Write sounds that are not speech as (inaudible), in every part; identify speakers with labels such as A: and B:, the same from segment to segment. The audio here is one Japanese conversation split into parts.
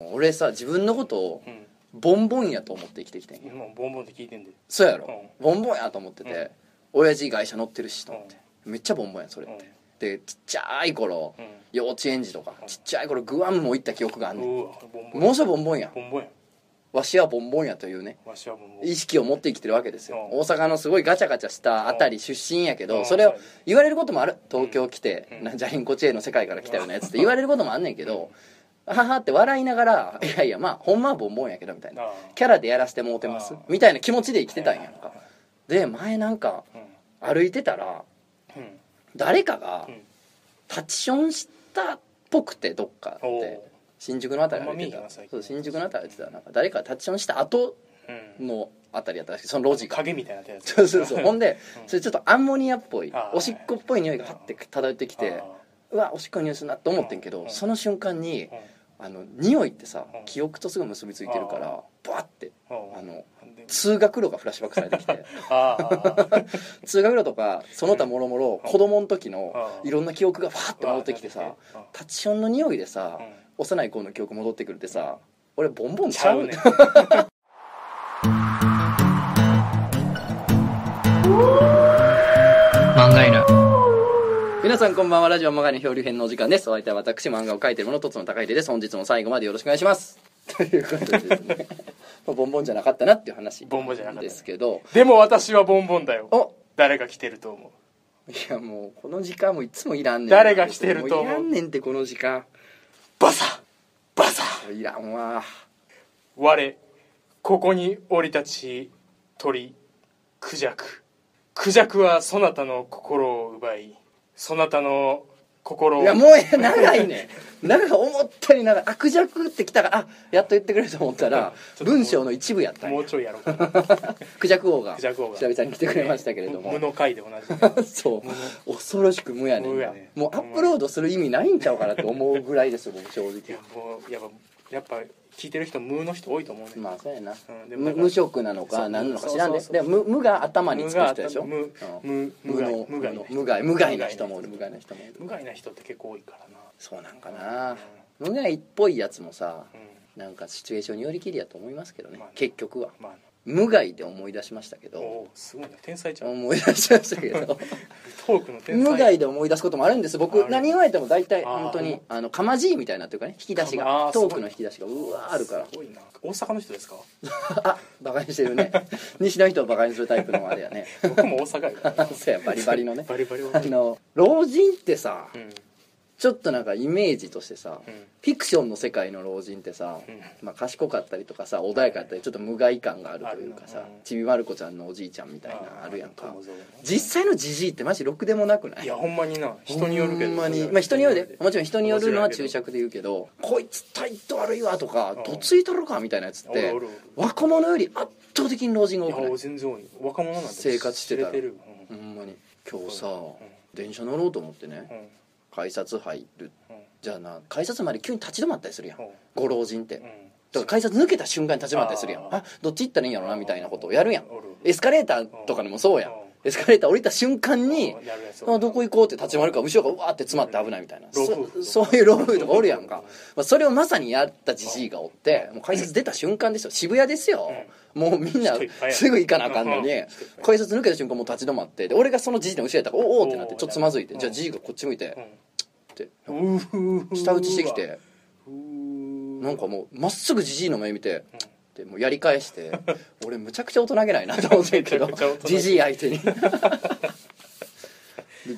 A: 俺さ自分のことを
B: う
A: ボンボンやと思って生きてきてんや
B: んもうボンボンって聞いてんで
A: そうやろ、ボンボンやと思ってて、
B: うん
A: 親父外車乗ってるしと思って、めっちゃボンボンやんそれって、
B: うん
A: でちっちゃい頃、
B: うん
A: 幼稚園児とか
B: うん
A: ちっちゃい頃グアムも行った記憶があんねん、
B: うわボンボン
A: もうすぐボンボンやん
B: ボンボンや
A: わしはボンボンやというね
B: わしはボンボン
A: 意識を持って生きてるわけですよ、
B: うん
A: 大阪のすごいガチャガチャしたあたり出身やけど、
B: うん
A: それを言われることもある東京来て、
B: うん
A: なジャリンコチェーンの世界から来たようなやつって言われることもあんねんけど、ははって笑いながら「いやいやまあほんまはボンボンやけど」みたいな
B: あ
A: キャラでやらせてもうてます
B: あー
A: みたいな気持ちで生きてたんやんかで前なんか
B: うん
A: 歩いてたら
B: うん
A: 誰かが
B: うん
A: タッチションしたっぽくてどっか
B: お
A: って新宿のあたり歩いて
B: あんま見えへん
A: た
B: な最近
A: そう新宿のあたり歩いてたらなんか誰かがタッチションした後
B: うん
A: のあたりやったらしくその路地が
B: 影みたいになってるやつ
A: そうそうそうほんで
B: うん
A: それちょっとアンモニアっぽい
B: あー
A: おしっこっぽい匂いがパッて漂ってきてうわおしっこの匂いするなと思ってんけ
B: う
A: ど
B: ん
A: その瞬間に
B: あー
A: あの匂いってさ
B: うん
A: 記憶とすごい結びついてるからバッて
B: うん
A: あの
B: うんで
A: 通学路がフラッシュバックされてきて
B: あー
A: 通学路とかその他もろもろ
B: うん
A: 子供の時の
B: うん
A: いろんな記憶がファーッと戻ってきて
B: うわ
A: さ
B: なって
A: タッチションの匂いでさ
B: きて
A: 幼い頃の記憶戻ってくるってさ俺ボンボ
B: う
A: ン
B: ん
A: ち
B: ち
A: ゃ
B: ゃ
A: う
B: う
A: ね
B: ね
A: ん
B: ん
A: 漫画犬皆さんこんばんはラジオマガネ漂流編のお時間ですお相手は私漫画を描いてる者とつの高秀です本日も最後までよろしくお願いしますということでですね
B: (laughs)
A: まあボンボンじゃなかったなっていう話
B: ボンボンじゃなかった
A: ですけど
B: でも私はボンボンだよ
A: お
B: 誰が来てると思う
A: いやもうこの時間もいつもいらんねん
B: 誰が来てると思う
A: もいらんねんってこの時間
B: バサバサ
A: いらんわ
B: 我ここに降り立ち鳥クジャククジャクはそなたの心を奪いそなたの心を
A: いやもうええ長いねん長い思ったより長い悪弱ってきたからあやっと言ってくれると思ったら
B: ちょっと
A: 文章の一部やったん
B: も
A: や
B: うちょいやろうかな
A: (laughs) クジャク王が
B: クジャク王が
A: 久々に来てくれましたけれど
B: 無
A: も
B: の回で同
A: (laughs)
B: じ
A: そう恐ろしく無やねん
B: 無
A: な
B: やね
A: もうアップロードする意味ないんちゃうかなって思うぐらいですよ僕正
B: い
A: 直
B: やもうやっぱやっぱ聞いてる人無の人多いと思うね、
A: まあそうやな
B: うんでもな
A: 無
B: んか
A: 無職なの
B: そ
A: か
B: う
A: 何なのか知らんで
B: そうそう
A: でも無無が頭につく人でしょ
B: 無
A: うん
B: 無無
A: 無
B: 害
A: の無
B: 無害な人
A: 害無害な人もおる無害な人もおる
B: 無害な人って結構多いからな
A: そうなんかな無害っぽいやつもさ
B: う
A: なんかシチュエーションによりきりやと思いますけどね
B: まあね
A: 結局は
B: んまあ
A: 無害で思い出しましたけ
B: お
A: ど
B: おすごいな天才ちゃん
A: 思い出しましたけど
B: トークの天才
A: 無害で思い出すこともあるんです
B: あ
A: 僕
B: る
A: 何言われても大体
B: あー
A: 本当にあのかまじいみたいなというかね引き出し
B: かま
A: が
B: あー
A: トークの引き出しがうわーあるから (laughs)
B: すごいな大阪の人ですか
A: あバカにしてるね (laughs) 西の人をバカにするタイプのあれやね (laughs)
B: 僕も大阪やからな
A: そうやバリバリのね
B: (laughs) バリバリ
A: (laughs) あの老人ってさ
B: うん
A: ちょっとなんかイメージとしてさ
B: うん
A: フィクションの世界の老人ってさ、
B: うん
A: まあ、賢かったりとかさ穏やかだったりちょっと無害感があるというか
B: あ
A: さ
B: るなうん
A: ちびまる子ちゃんのおじいちゃんみたいなあるやんか
B: 友蔵の
A: 実際のじじいってマジろくでもなくない
B: いやほんまにな人によるけど
A: ほんまにまあ人によるでもちろん人によるのは注
B: 面白いけど
A: 釈で言うけどこいつ態度悪いわとか
B: うん
A: どついとるかみたいなやつっ
B: おる
A: て
B: おるおる
A: 若者より圧倒的に老人が多く
B: い
A: な
B: や
A: い
B: 全然多い若者なんて
A: 生活してたら
B: 知れてるよ
A: ほんまに今日さ
B: うん
A: 電車乗ろうと思って
B: うん
A: ね
B: うん
A: 改札入る
B: うん
A: じゃあな改札まで急に立ち止まったりするやん
B: うん
A: ご老人って
B: うん
A: だから改札抜けた瞬間に立ち回ったりするやん
B: あ
A: あ
B: ー
A: どっち行ったらいいんやろなみたいなことをやるやん
B: おる
A: エスカレーターとかでもそうやん
B: うん
A: エスカレーター降りた瞬間に
B: うんやるやつ
A: あどこ行こうって立ち回るから後ろがうわーって詰まって危ないみたいな
B: 老夫婦
A: そそういう老夫婦とかおるやんか、まあ、それをまさにやったじじいがおってもう改札出た瞬間ですよ渋谷ですよ、もうみんな
B: 人いっぱいや
A: すぐ行かなあかんのに
B: うん
A: 改札抜けた瞬間もう立ち止まってで俺がそのじじいの後ろやったからおーおーってなってちょっとつまずいて
B: うん
A: じゃあじじいがこっち向いてって
B: うんうー
A: 舌打ちしてきて
B: うー
A: なんかもうまっすぐじじいの目見てでもうやり返して俺むちゃくちゃ大人げないなと思ってんけど
B: めちゃくちゃ大人げな
A: じ
B: い
A: じい相手にで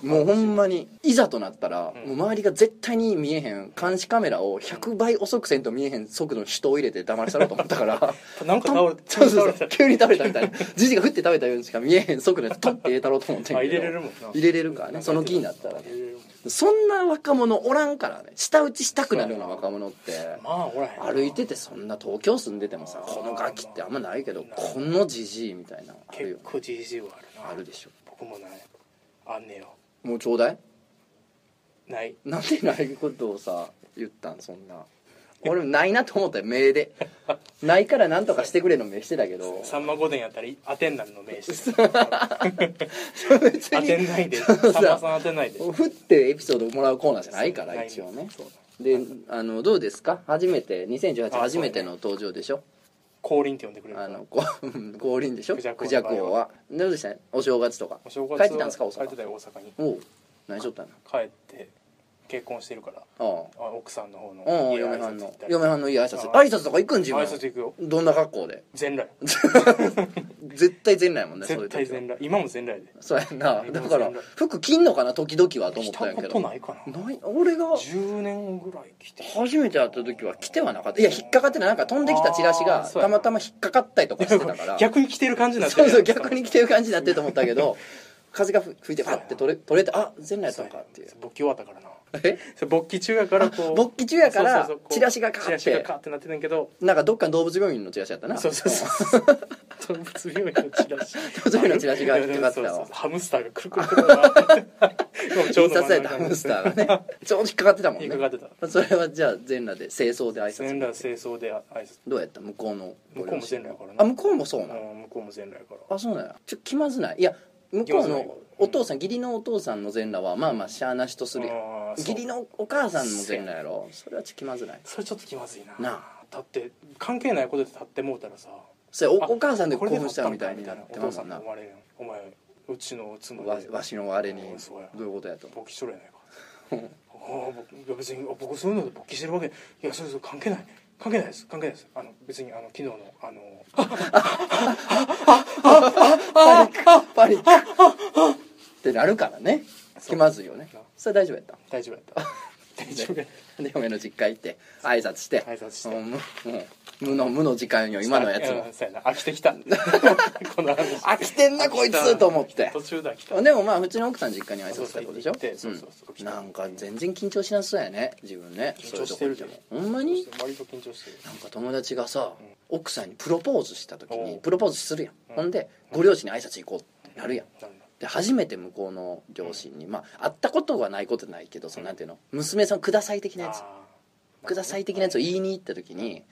A: もうほんまにいざとなったら、
B: うん
A: もう周りが絶対に見えへん監視カメラを100倍遅くせんと見えへん速度の人を入れて黙らせろうと思ったから
B: なんか (laughs) 倒
A: そう
B: れ
A: そうそう急に食べたみたいなじじいが降って食べたようにしか見えへん速度でトッて入れたろうと思ってん
B: あ
A: け
B: 入
A: ど
B: れれるもんな
A: 入れれるからねその気になったらね
B: 入れれるもん
A: そんな若者おらんからね舌打ちしたくなるような若者って
B: まあほらへん
A: 歩いててそんな東京住んでてもさこのガキってあんまないけどこのじじいみたいなのあるよ
B: 結構じじいはあるな
A: あるでしょ
B: 僕もないあんねよ
A: もうちょうだい
B: ない
A: なんでないことをさ言ったんそんな俺もないなと思ったよ目でないからなんとかしてくれの目してたけど
B: さんま御殿やったらアテンダンの名刺
A: 別
B: 当て
A: に
B: ないでさんまさん当てないで
A: 振ってエピソードもらうコーナーじゃないから
B: ない
A: 一応ね
B: そう
A: であのどうですか初めて2018
B: あ
A: 初
B: そうね
A: めての登場でしょ
B: 降臨って呼んでくれるか
A: あ
B: ら
A: のこう降臨でしょ
B: クジャク王
A: クジャク王はどうでしたお正月とか
B: お正月
A: 帰ってたんですか大
B: 帰って
A: 阪
B: たよ大阪に
A: おおう何しとったの
B: 帰って結婚してるから
A: あ
B: あ奥さんの方の
A: あうん
B: 挨
A: 嫁はん
B: 拶行
A: の
B: ったり
A: 嫁はんのいい挨拶
B: あ
A: 挨拶とか行くん自
B: 挨拶
A: 分
B: 行くよ
A: どんな格好で
B: 全裸
A: (laughs) 絶対全裸やもんねそうい
B: 絶
A: う時
B: 対
A: は
B: 全裸今も全裸やで
A: そうやんな
B: 全
A: だ
B: 然
A: から服着んのかな時々はと思
B: 来
A: ったん
B: た
A: やけ
B: こと
A: ど
B: ないかな
A: ない俺が
B: 10年ぐらい来て
A: 初めて会った時は来てはなかったいや引っかかってないなんか飛んできたチラシ
B: あー
A: が
B: そうや
A: た
B: な
A: またま引っかかったりとかしてたから
B: 逆に来てる感じになって
A: そう
B: る
A: そう
B: やん
A: 逆に来てる感じになってると思ったけど風がふ吹いてパッて取れ取れてあ全裸やった
B: そう
A: の
B: や
A: か
B: な
A: っていう
B: 勃起終わったからな
A: え
B: そう勃起中やからこ
A: (laughs)
B: う
A: 勃起中やから
B: そうそうそうこう
A: チラシがか
B: チ
A: か
B: ラ
A: っ
B: シが
A: て
B: カーってなってたんやけど
A: なんかどっかの動物病院のチラシやったな
B: そうそうそう
A: (laughs)
B: 動物病院のチラシ
A: 動物病院のチラシが引っかかってた
B: そうそう
A: わ
B: そうハムスターがくるくるくる
A: (laughs)
B: 回って今ちょう
A: 印刷
B: ど真ん
A: さ
B: 中
A: れたハムスターが
B: (laughs)
A: ねちょうど引っかかってたもん
B: 引
A: ね
B: っかかってた
A: それはじゃあ全裸で清掃で挨拶
B: 全裸清掃で挨拶
A: どうやった向こうの
B: 向こうも全裸やか
A: あ
B: らな
A: 向こうもそうなの
B: うん向こうも全裸やから
A: あそうなんやちょ気まずないいや向こう
B: 気まずない
A: のお父さん義理のお父さんの全裸はまあまあしゃあなしとするやん
B: あーそう
A: 義理のお母さんの全裸やろそれはちょっと気まずない
B: それちょっと気まずいな
A: な
B: だって関係ないことで立ってもうたらさ
A: それお
B: あ
A: お母さんで興
B: これで
A: 奮したみたい
B: 立
A: に
B: った
A: なん
B: か
A: っ
B: み
A: て
B: たいなお
A: ますもんな
B: 父さんに思われるやんお前うちの妻
A: わわしのあれに
B: うんそうや
A: どういうことやと
B: 勃起しとるやない
A: (laughs)
B: かああ僕いや別にあ僕そういうので勃起してるわけいやそうそう関係ない関係ないです関係ないですあの別にあの昨日のあの
A: パニックパニックってなるからね
B: そ
A: 気
B: う
A: まずいよね
B: な
A: それ大丈夫やった
B: 大丈夫やった
A: (laughs)
B: 大丈夫やっ
A: で嫁の実家行って挨拶して
B: 挨拶して
A: もうもう無の無の時間よ
B: た
A: 今のやつ
B: う
A: も
B: んそうやな飽き
A: (laughs)
B: てきたこの話
A: 飽きてんなこいつと思って
B: 途中で飽きた
A: でもまあうちの奥さん実家に挨拶したことでしょ
B: そうそう行ってそうそうそう
A: うんなんか全然緊張しなそうやね自分ね
B: 緊張してる
A: そ
B: で
A: ういうとこ行ってもほんまに
B: 割と緊張してる
A: なんか友達がさ、奥さんにプロポーズした時
B: お
A: に
B: う
A: プロポーズするやん、ほんでご両親に挨拶行こうってなるやん
B: なんだ
A: で初めて向こうの両親に、まあ会ったことはないことないけどそのなんていうの娘さんください的なやつ
B: あー
A: ください的なやつを言いに行った時に、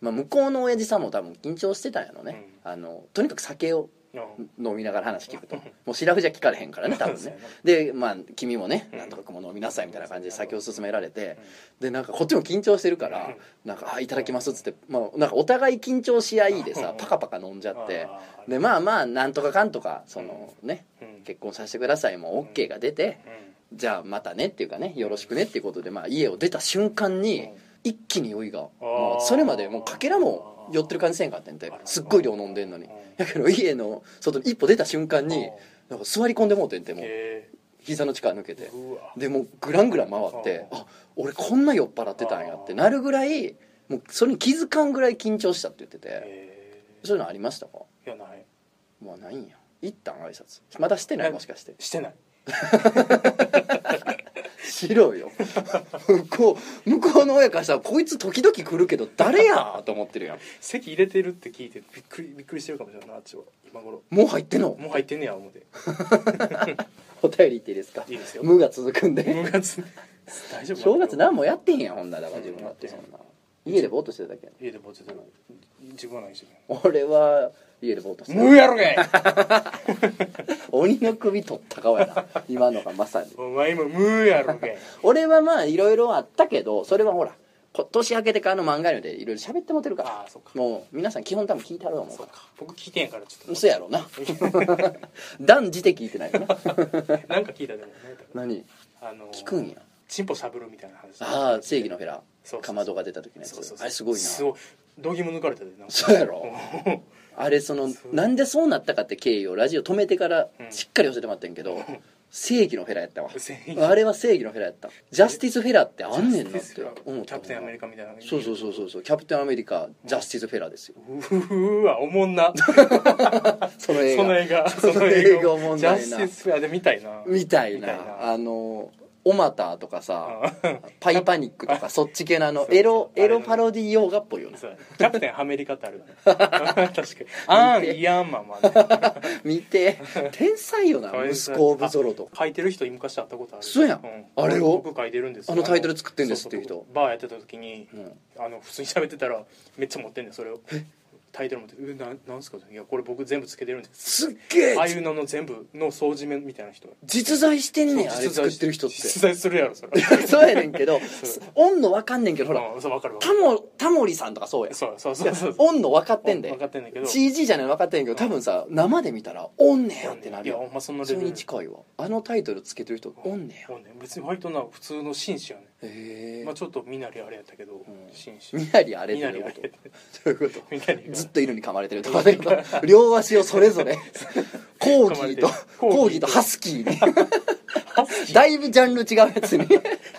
A: まあ、向こうの親父さんも多分緊張してたんやろね、あのとにかく酒を
B: うん
A: 飲みながら話聞くともう白フじゃ聞かれへんからね多分
B: (laughs) そうや
A: ね
B: な
A: でまあ君もね
B: うん
A: なんとか君も飲みなさいみたいな感じで酒を勧められて
B: うん
A: でなんかこっちも緊張してるからなんか「あいただきます」っつって、まあ、なんかお互い緊張し合いでさ
B: うん
A: パカパカ飲んじゃって
B: あー
A: でまあまあなんとかかんとかそのね
B: うん
A: 結婚させてくださいも OK が出て
B: うん
A: じゃあまたねっていうかねよろしくねっていうことで、まあ、家を出た瞬間
B: う
A: に
B: ん
A: 一気に酔いが
B: あー
A: もうそれまでもうかけらも寄ってる感じせんかってんて
B: あら
A: すっごい量飲んでんのに
B: うん
A: やけど家の外に一歩出た瞬間に
B: うん
A: なんか座り込んでもうてんてもう
B: へ
A: 膝の力抜け
B: え
A: て
B: うわ
A: でもうグラングラン回って
B: うん
A: あ俺こんな酔っ払ってたんやってなるぐらいもうそれに気づかんぐらい緊張したって言ってて
B: へえ
A: そういうのありましたか
B: いやない
A: まあないんや一旦挨拶まだしてないもしかして
B: してない
A: しろよ向こう向こうの親からしたらこいつ時々来るけど誰やと思ってるやん
B: 席入れてるって聞いてびっくりびっくりしてるかもしれないなあっちは今頃
A: もう入ってんの
B: もう入ってんねや思うて
A: お便りいっていいですか
B: いいですよ
A: 無が続くんで
B: 正月大丈夫
A: 正月何もやってへんやんほんならだから自分だってそんな家でぼーっとしてただけやん
B: 家でぼってたら自分は何してる
A: 俺は家でぼーっとして
B: もう
A: た
B: やろがい
A: 鬼の首取った顔やな今のがまさに
B: お前もムーやろがい
A: 俺はまあいろいろあったけどそれはほらこ年明けてからの漫画のでいろいろ喋ってもてるから
B: ああそっか
A: もう皆さん基本多分聞いたろう思う
B: そ
A: か
B: うか僕聞いてんやからちょ
A: ら
B: っ
A: そ
B: と
A: やろうな (laughs) 断じて聞いてないよな
B: (laughs) なんか聞いたでもね
A: 何
B: あのー
A: 聞くんや
B: チンポしゃぶるみたいな話
A: ああ正義のフェラ
B: そうそうそう
A: かまどが出た時のやつ
B: そうそうそ
A: あ
B: う
A: れすごいな
B: すごい度肝抜かれたでなんか
A: そうやろ
B: (laughs)
A: あれその
B: そう
A: なんでそうなったかって経緯をラジオ止めてから
B: うん
A: しっかり教えてもらってん
B: (laughs)
A: けど、正義のフェラやったわ
B: 正義
A: あれは正義のフェラやったジャスティスフェラってあんねんなって
B: ジャスティスフェ
A: 思
B: ラ
A: っ
B: キ
A: た
B: ャプテンアメリカみたいな
A: そうそうそうそうそうキャプテンアメリカジャスティスフェラですよ
B: うーわおもんな
A: その映
B: その
A: 画
B: 映
A: (laughs)
B: 画
A: その映画おもんないな
B: ジャスティスフェアで見たいな
A: みたいな
B: みたいな
A: あのオマターとかさ
B: うん
A: パイパニック
B: (laughs)
A: とかそっち系のあの
B: そう
A: エロ
B: あれ
A: エ
B: の
A: ロパロディ洋画っぽいよね
B: そうやねキャプテンアメリカってあるよね (laughs) 確かにアン・イアンマンもあるね
A: 見
B: (laughs)
A: て天才よな
B: 天才
A: 息子オブゾロとか
B: 書いてる人昔会ったことある
A: そうやんあれを
B: 僕書いてるんですよ
A: あのタイトル作ってんです
B: そうそう
A: っていう人
B: 僕バーやってた時に
A: うん
B: あの普通に喋ってたらめっちゃ持ってんねんそれをタイトル持って「えななんすか?」いやこれ僕全部つけてるんです」
A: すっげえ
B: ああいうのの全部の総締めみたいな人
A: 実在してんねんあれ
B: 実
A: 作っ
B: 在して
A: る人って
B: 実在するや
A: (laughs)
B: ろそれ
A: そうやねんけど
B: そう
A: おんの分かんねんけどほら
B: うんそう分かる分か
A: タ
B: る
A: モタモリさんとかそうや
B: そうそうそうそう
A: おんの分かってんだ
B: 分
A: よ
B: かってんだけど
A: CG じゃないの分かってんけど多分さ生で見たら「おんねや」ってなる
B: いやほ
A: よ
B: んまそんな
A: そ
B: レ
A: れ
B: ベル
A: に近いわあのタイトルつけてる人「おんねや
B: もうね別に割とな普通の紳士やね」
A: へえ
B: まあちょっと身なりあれやったけど
A: ん
B: 紳士
A: みなりあれっ
B: 身
A: て
B: な
A: どうい
B: り
A: うこ
B: あ
A: と
B: れやっ
A: どういうこと
B: た身なりが
A: ずっと犬に噛まれてるとかだけど両足をそれ
B: (laughs)
A: ぞれコーギーとコ
B: コ
A: ー
B: ー
A: ギー
B: ギーと
A: とハスキーにだいぶジャンル違うやつに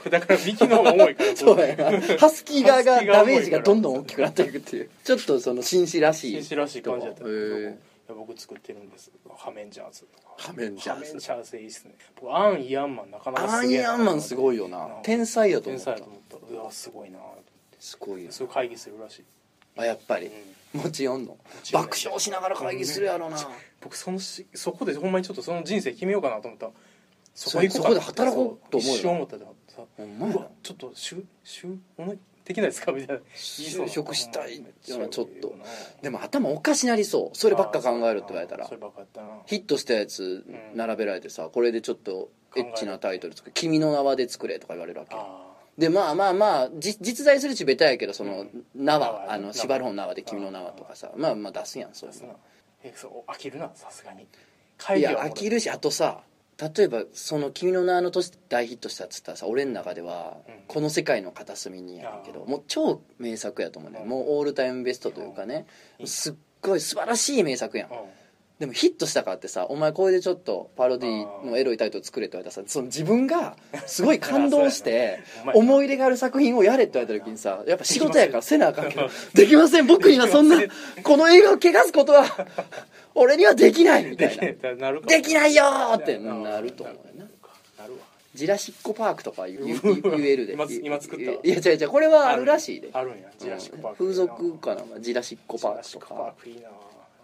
B: だから幹の方が重いか
A: (laughs)
B: ら
A: そうやなハスキー側がダメージがどんどん大きくなっていくっていうちょっとその紳士らしい
B: 紳士らしい感じやったんだけどい
A: へ
B: や
A: え
B: 僕作ってるんですハメンジャーズとか
A: ハメンジャーズ
B: ハメンジャーズいいっすね僕アン・イアンマンなかなか
A: ア
B: す
A: ン・
B: げえ
A: ヤンマンすごいよな天才やと思
B: 天
A: っ
B: 才
A: た
B: だと思ったうわすごいな
A: すごいよ
B: そう会議するらしい
A: あやっぱり
B: うん
A: 持ち寄んの
B: ち寄んね
A: 爆笑しながら会議するやろな
B: 僕そのしそこでほんまにちょっとその人生決めようかなと思ったそ
A: そ
B: こ行こうかな
A: そこで働こうと思うよ
B: 一生思ったでさ
A: ほん
B: う
A: まやな
B: わちょっと就就おできないですかみたいな
A: 就職したいよなちょっと
B: で
A: でも頭おかしなりそうそればっか考えるって言われたら
B: そればっかやったな
A: ヒットしたやつ
B: うん
A: 並べられてさこれでちょっとエッチなタイトル作る「君の名は」で作れとか言われるわけ
B: あ
A: でまあまあまあじ実在するしベタやけどその
B: うん
A: 「縄
B: 縄
A: あの
B: 縄
A: 縛る本縄で「君の名は」とかさまあまあ出すやんそう
B: あ
A: いう
B: そんな
A: の
B: えそう飽きるなさすがに会
A: い
B: 議は
A: や飽きるしあとさ例えばその「君の名の年」大ヒットしたっつったらさ俺の中では
B: うん
A: 「この世界の片隅に」やねんけどもう超名作やと思うね
B: うん
A: もうオールタイムベストというかね
B: うん
A: すっごい素晴らしい名作やん
B: うん
A: でもヒットしたからってさお前これでちょっとパロディのエロいタイトル作れって言われたらさその自分がすごい感動し
B: そうや
A: て
B: (laughs) お前
A: 思い入れがある作品をやれって言われた時にさやっぱ仕事やからせなあかん
B: (laughs)
A: けどできません僕にはそんな
B: でき
A: この映画を汚すことは俺にはできないみた
B: で
A: いな
B: きない (laughs) なるか
A: できないよーって
B: な
A: なると思うよな
B: なるわ
A: ジュラシック・パークとか
B: (laughs)
A: 言う言う
B: うわ
A: 言えるで
B: 今今作ったわ
A: いや違う違うこれはあるらしいで
B: あるんやジュラシック・パーク
A: 風俗かなんかジュラシック・
B: ジ
A: パ
B: ュ
A: ー
B: ラ
A: ク
B: シ
A: と
B: ック・パ
A: か
B: ークいいな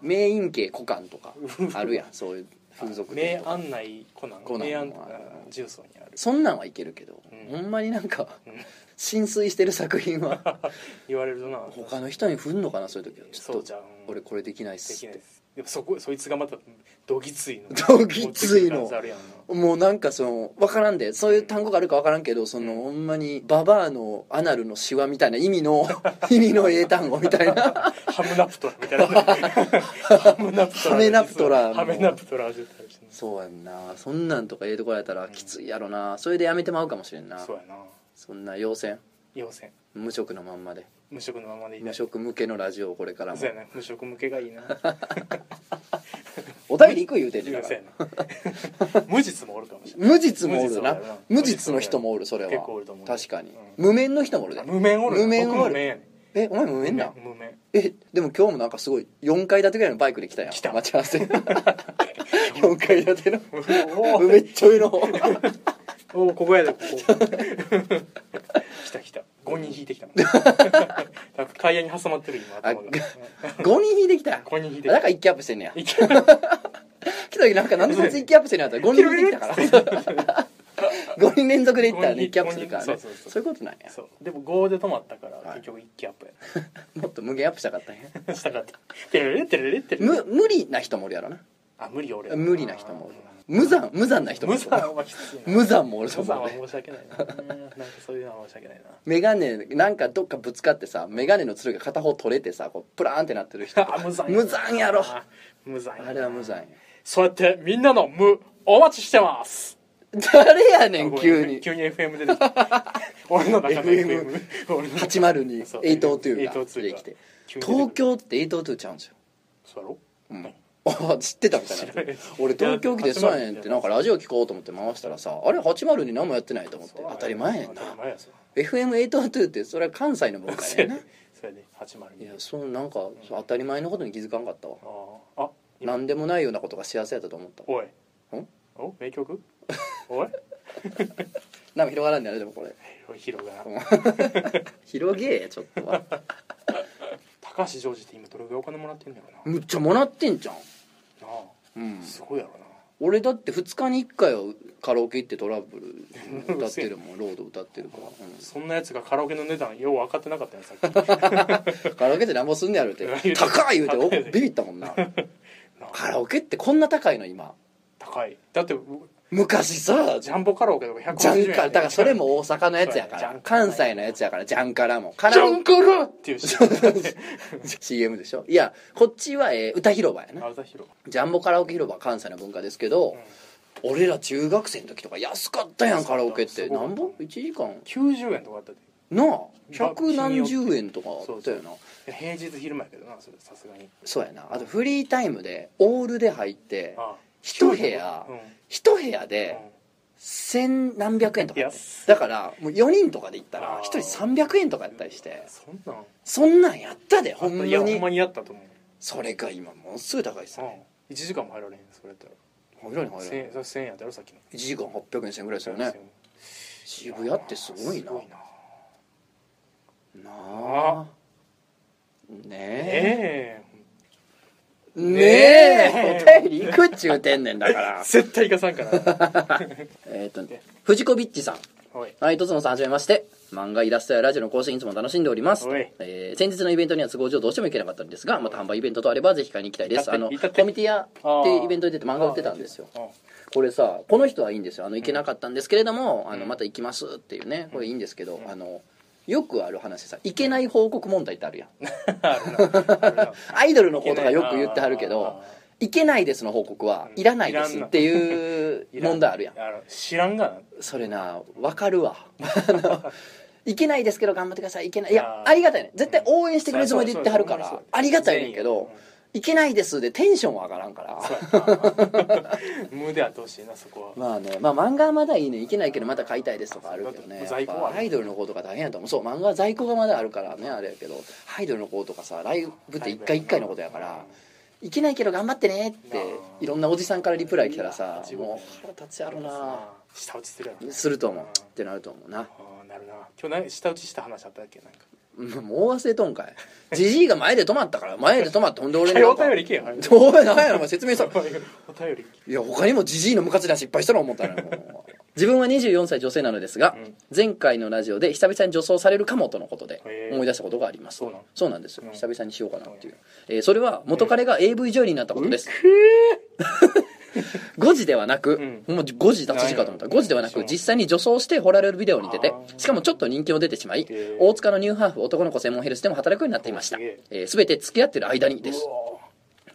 A: 名印系古館とかあ
B: (laughs)
A: るやんそういう風俗
B: 名
A: 店とか
B: 案内コナン
A: コナン
B: 名案
A: あー
B: 重曹にある
A: そんなんはいけるけど、
B: う
A: ほ
B: ん
A: んまになんか
B: うん
A: 浸水してる作品は
B: 言われるとな
A: 他の人に振んのかなそういう時はち
B: そ
A: ょっ
B: うじ
A: と
B: ゃん
A: 俺これできないっ
B: ですき
A: っ
B: ない
A: て
B: ですでもそこそいつがまたどぎついの
A: どぎついの
B: 持ってくる感じあるやんな
A: もうなんかその分からんでそういう単語があるか分からんけどそのほんまにババアのアナルのシワみたいな意味
B: (laughs)
A: の意味の英単語みたいな
B: ハムナプトラみたいなハムナプトラ
A: ハメナプトラ
B: ハメナプトラ味だったりしてね
A: そうやんなそんなんとかええとこやったらきついやろなそれでやめてまうかもしれんな
B: そうやな
A: そんな要請
B: 陽線
A: 無職のまんまで
B: 無職のままでいい
A: 無職向けのラジオをこれからも
B: そうやな無職向けが
A: (laughs)
B: いいな
A: お便り行く言うて
B: そ
A: る
B: う
A: か
B: や
A: ら
B: な (laughs) 無実もおるかもしれない
A: 無実もおるよな無
B: 無実もおるよな
A: 実の人もおるそれは
B: 結構おると思う
A: 確かに、
B: う
A: 無面の人もおるで
B: 無面おるな
A: 無面
B: 僕
A: お
B: 無面
A: る
B: やね
A: えお前無面なん
B: 無無面
A: えでも今日もなんかすごい4階建てぐらいのバイクで来たやん
B: 来た
A: 待ち合わ
B: (laughs)
A: せ4階建ての
B: おー
A: めっちゃ上の方
B: (laughs) おおここやでこ (laughs) こ来た来た5人引い
A: (laughs)
B: てきたもんタイヤに挟まってる今頭が (laughs)
A: 5人引いてきたやん
B: 5人引いて
A: だから1キアップしてんねや
B: い
A: 来
B: きなり
A: た時なんかなんでそいつ1キアップしてんねやったら5人引いてきたから5
B: (laughs)
A: 人連続で行ったらね
B: 五人
A: 1キアップするからね
B: 五人そうそうそう
A: そういうことなんや
B: (laughs) そうでも5で止まったから
A: い
B: 結局1機アップ
A: もっと無限アップしたかったんや
B: (laughs) やしたかったてれれてれれてれれ
A: む無理な人もおるやろな
B: あ無理俺
A: 無理な人もおる無残無残な人もお
B: 無
A: る
B: 惨はきついな
A: 無残もおると
B: 無
A: 思
B: 惨
A: う
B: は
A: ね
B: 申し訳ないなうんなんかそういうのは申し訳ない
A: メガネなんかどっかぶつかってさメガネのつるが片方取れてさこうプラーンってなってる人
B: なあ無惨
A: 無残やろ
B: 無惨やな
A: あれは無残や
B: そうやってみんなの無お待ちしてます
A: 誰やねん
B: あ
A: 急
B: ごめ
A: に
B: ん急に FM
A: (laughs)
B: 出てきた俺の中の
A: FM
B: FM 俺の中
A: 802
B: (laughs) そう
A: 802が
B: 802
A: で
B: が
A: きて
B: 急に出てくる
A: 東京って802ちゃうんですよ (laughs)
B: そうやろ
A: うんあ知ってたみたいな
B: 知らない
A: 俺東京来てそうやねんってなんかラジオ聞こうと思って回したらさあれ802何もやってないと思って当たり前やんな
B: 当たり前やそう
A: FM802 ってそれは関西の文化やな
B: (laughs) それで802
A: いやそうなんかそう当たり前のことに気づかんかったわ
B: あーあ今
A: 何でもないようなことが幸せやったと思った
B: おい
A: ん
B: お名
A: (laughs)
B: 曲おい
A: なんか広がらんねやろでもこれ
B: おい広がらん
A: 広げえちょっと (laughs) は
B: 高橋ジョージって今どれぐらいお金もらってんだろう
A: むっちゃもらってんじゃん
B: なな
A: うん
B: あすごいやろな
A: 俺だって2日に1回はカラオケ行ってトラブル歌ってる (laughs) もんロード歌ってるから、
B: そんなやつがカラオケの値段よう分かってなかったよさっき
A: うんカラオケってなんぼすんねやろって
B: 言うて
A: 高い言うて
B: 高い
A: おビビったもん (laughs) なカラオケってこんな高いの今
B: 高いだって
A: 昔さ
B: ジャンボカラオケとか150円
A: ジャンカラだからそれ
B: も
A: も大阪のやつやか
B: そうやジャ
A: ら
B: ンカラ
A: 関西のやつやからジャンカラもカ
B: ジャ
A: ラオケ
B: ンカラっていうし
A: (laughs) CM でしょいやこっちは、えー歌広場やな
B: あざひろ
A: ジャンボカラオケ広場は関西の文化ですけど、俺ら中学生の時とか安かったやんカラオケっ
B: 安
A: て
B: かった
A: なんぼ1時間
B: 90円とかあったで
A: なあ百何十円とかあったよな
B: え平日昼間やけどなそれさすがに
A: そうやなあとフリータイムでオールで入って
B: ああ
A: 一部屋
B: うんうん
A: 一部屋で千何百円とかやって
B: 安
A: だからもう4人とかで行った
B: あ
A: ら
B: ー
A: 一人300円とかやったりして
B: そんなん
A: そんなんやったでほんま
B: いやほん
A: に
B: まにやったと思う
A: それが今ものすごい高いですね
B: 1時間も入られへんそれやったら
A: 入らない入らない
B: 1000円それ1000円やったやろさっきの
A: 1時間800円千円ぐらいですよね渋谷ってすごいな
B: すごいな
A: なあ
B: あ
A: ね
B: ええ
A: えねえお便り行くっちゅうてんねんだ (laughs) から
B: 絶対行かさんから
A: えっと藤子ビッチさん
B: おい
A: はい、とつのさんはじめまして。漫画、イラストやラジオの更新いつも楽しんでおります
B: おい。
A: えー先日のイベントには都合上どうしても行けなかったんですが、また販売イベントとあればぜひ買いに行きたいです。
B: 至っ
A: あ
B: て
A: の、コミ
B: 至って
A: ティアってイベントに出て漫画売ってたんですよ。
B: ああ
A: これさ、この人はいいんですよ。あの、行けなかったんですけれども、あの、また行きますっていうね、これいいんですけど、あの、よくある話さ、行けない報告問題ってあるやん。
B: (laughs) あるな
A: アイドルのことがよく言ってはるけど、行けないですの報告は、いらないですっていう
B: いらん
A: 問題あるやん。
B: あの知らんがな
A: それな分かるわあ
B: (laughs)
A: のいけないですけど頑張ってくださいいけないいや
B: あー
A: ありがたいね絶対応援してくれるつもりで言ってはるか
B: そう
A: ら
B: そうそう
A: ありがたいねんけ
B: 全員
A: どいけないですでテンションは上がらんから
B: 無であってほしいなそこは
A: まあねまあ漫画はまだいいねいけないけどまた買いたいですとかあるけどね
B: そう在庫は
A: やっぱアイドルの子とか大変やと思うそう漫画は在庫がまだあるからねあれやけどアイドルの子とかさライブって一回一回のことやからいけないけど頑張ってねっていろんなおじさんからリプライ来たらさ
B: いや
A: もう腹立ちあるな
B: 下打ちするやろ
A: すると思うってなると思うな
B: ああなるな今日何下打ちした話あったっけなんか
A: うんもう忘れとんかいじじいが前で止まったから前で止まってほんで俺に
B: はい
A: な
B: お
A: んか
B: 便り行けよはい
A: どうやなんやろお前説明した
B: お便りお便り
A: いや他にもじじいのムカついた失敗したの思ったのよもう (laughs) 自分は24歳女性なのですが、
B: うん
A: 前回のラジオで久々に女装されるかもとのことで
B: へえ
A: 思い出したことがあります
B: そうなの
A: そうなんですよ、
B: うん
A: 久々にしようかなっていう、えーそれは元彼が AV 女優になったことです、5時ではなく、
B: う
A: もう5時脱字かと思った
B: なんや
A: 5時ではなく実際に女装して掘られるビデオに出て
B: あー
A: しかもちょっと人気も出てしまい
B: へえ
A: 大塚のニューハーフ男の子専門ヘルスでも働くようになっていました
B: すげえ、
A: えー、全て付き合ってる間にです
B: うわ